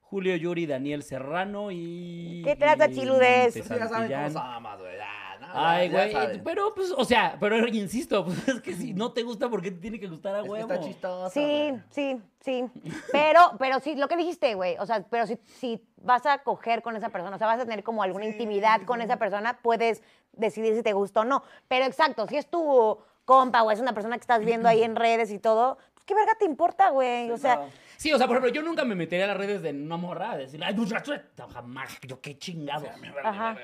S1: Julio Yuri, Daniel Serrano y.
S2: ¿Qué trata,
S1: y
S2: chiludes?
S1: Monte
S3: Sí, ya saben cómo
S1: Santillán.
S3: somos, güey. ya, no,
S1: Ay,
S3: ya- ya
S1: güey,
S3: saben.
S1: pero pues, o sea, pero insisto, pues es que si no te gusta, ¿por qué te tiene que gustar a
S3: Es que
S1: huevo?
S3: está chistoso.
S2: Sí,
S3: güey.
S2: sí, sí. Pero, pero sí, lo que dijiste, güey. O sea, pero si, si vas a coger con esa persona, o sea, vas a tener como alguna intimidad con esa persona, puedes decidir si te gusta o no. Pero exacto, si es tu compa o es una persona que estás viendo ahí en redes y todo, pues qué verga te importa, güey. O sea,
S1: Sí, o sea, por ejemplo, yo nunca me metería a las redes de una morra a decir, ay, pues, muchacho, esta jamás, yo qué chingado.
S2: ajá.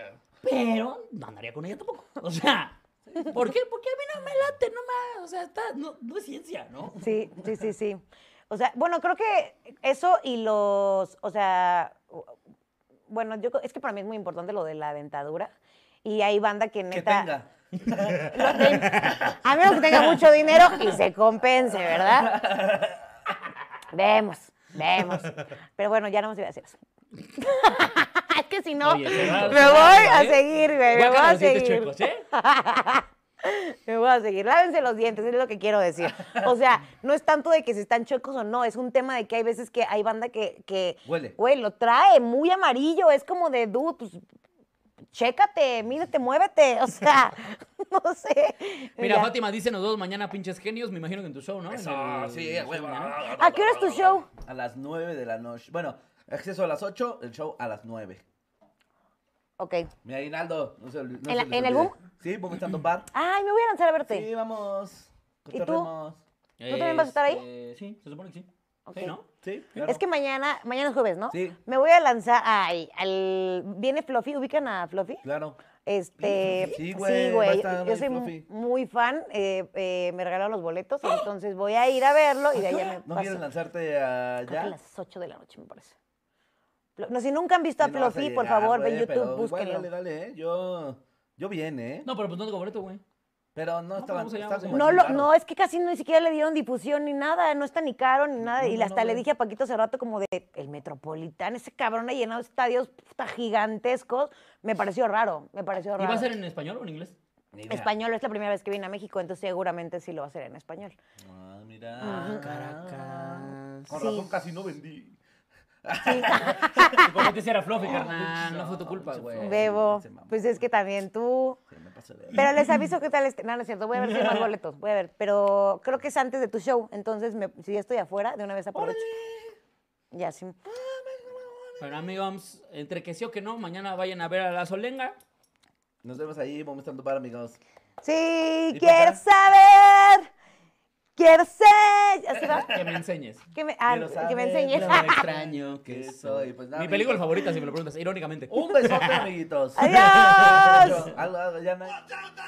S1: Pero no andaría con ella tampoco. O sea, ¿por qué? Porque a mí no me late, no más. O sea, está, no, no es ciencia, ¿no?
S2: Sí, sí, sí, sí. O sea, bueno, creo que eso y los, o sea, bueno, yo creo- es que para mí es muy importante lo de la dentadura. Y hay banda que
S3: Que
S2: neta.
S3: tenga.
S2: Lo ten- A menos que tenga mucho dinero y se compense, ¿verdad? Vemos, vemos. Pero bueno, ya no más iba a decir eso. es que si no,
S1: Oye, se va-
S2: me
S1: se va,
S2: voy a
S1: ¿eh?
S2: seguir, güey, me voy
S1: Guácala
S2: a
S1: los dientes
S2: seguir.
S1: chuecos, ¿eh?
S2: Me voy a seguir. Lávense los dientes, es lo que quiero decir. O sea, no es tanto de que si están chuecos o no, es un tema de que hay veces que hay banda que, que
S3: Huele.
S2: güey, lo trae muy amarillo. Es como de, dude, pues, chécate, mírate, muévete. O sea, no sé.
S1: Mira,
S2: Ya.
S1: Fátima dice, nos vemos mañana, pinches genios. Me imagino que en tu show, ¿no?
S3: Eso,
S1: En el-
S3: sí,
S1: en el show
S3: güey.
S1: de mañana.
S2: ¿A qué hora es tu show?
S3: A las 9 de la noche. Bueno, acceso a las 8, el show a las 9.
S2: Ok.
S3: Mi aguinaldo, no se olvi- no
S2: ¿En
S3: se
S2: la-
S3: les
S2: en el
S3: olvide.
S2: boom?
S3: Sí, boom estando par.
S2: Ay, me voy a lanzar a verte.
S3: Sí, vamos.
S2: tú?
S3: Cotorremos.
S1: ¿Tú
S2: también vas a estar ahí?
S1: Este, Sí, se supone que sí.
S2: Ok.
S1: Sí, ¿no?
S3: Sí, claro.
S2: Es que mañana, mañana es jueves, ¿no?
S3: Sí.
S2: Me voy a lanzar, ay, al, viene Fluffy, ubican a Fluffy.
S3: Claro.
S2: Este,
S3: Sí, güey, va a estar
S2: Yo
S3: ahí
S2: soy
S3: Fluffy.
S2: muy fan, eh, eh, me regalaron los boletos, entonces voy a ir a verlo y de ahí ya me
S3: ¿No
S2: paso.
S3: quieres lanzarte a
S2: Creo que a
S3: ya?
S2: las 8 de la noche, me parece. Flo- No, si nunca han visto a
S3: Sí, no vas a
S2: Fluffy, por
S3: llegar,
S2: favor, ve en
S3: güey, pero
S2: YouTube,
S3: igual,
S2: búsquenlo.
S3: Dale, dale, eh. Yo, yo bien, eh.
S1: No, pero pues no tengo boleto, güey.
S3: Pero no, estaba,
S1: vamos allá,
S3: está
S1: vamos
S3: como
S1: allá.
S2: No,
S3: en
S2: lo,
S3: paro.
S2: no, es que casi ni siquiera le dieron difusión ni nada, no está ni caro ni nada.
S3: No,
S2: y
S3: no,
S2: hasta
S3: no,
S2: le
S3: güey.
S2: dije a Paquito hace rato como de, el Metropolitán, ese cabrón ha llenado estadios puta, gigantescos. Me pareció raro, me pareció
S1: ¿Y
S2: raro.
S1: va a ser en español o en inglés?
S3: Ni idea.
S2: Español es la primera vez que viene a México, entonces seguramente sí lo va a hacer en español.
S3: Ah, mira.
S1: Caracas.
S3: Con
S2: Sí.
S3: razón casi no vendí.
S1: Como te hiciera Fluffy, carnal. No fue tu culpa, güey.
S2: Bebo,
S3: se mamó.
S2: pues es que también tú.
S3: Se me pasó de
S2: Pero les aviso qué tal este. No, no es cierto, voy a ver si hay más boletos, voy a ver. Pero creo que es antes de tu show, entonces me- si ya estoy afuera, de una vez aprovecho. Ya, sí.
S1: Bueno, amigos, entre que sí o que no, mañana vayan a ver a la Solenga.
S3: Nos vemos ahí, vamos estando par, amigos.
S2: Sí,
S3: ¿Y
S2: quiero
S3: papá?
S2: saber. Quiero ser. ¿Así va?
S1: Que me enseñes.
S2: Que me, ah,
S3: Quiero
S2: que me
S3: saber
S2: enseñes.
S3: lo
S1: Lo extraño que
S3: Que
S1: soy.
S3: soy, pues, nada,
S1: Mi
S3: amigos.
S1: película favorita, si me lo preguntas, irónicamente.
S3: Un besote, amiguitos.
S2: Adiós.
S3: Algo, algo, ya no hay-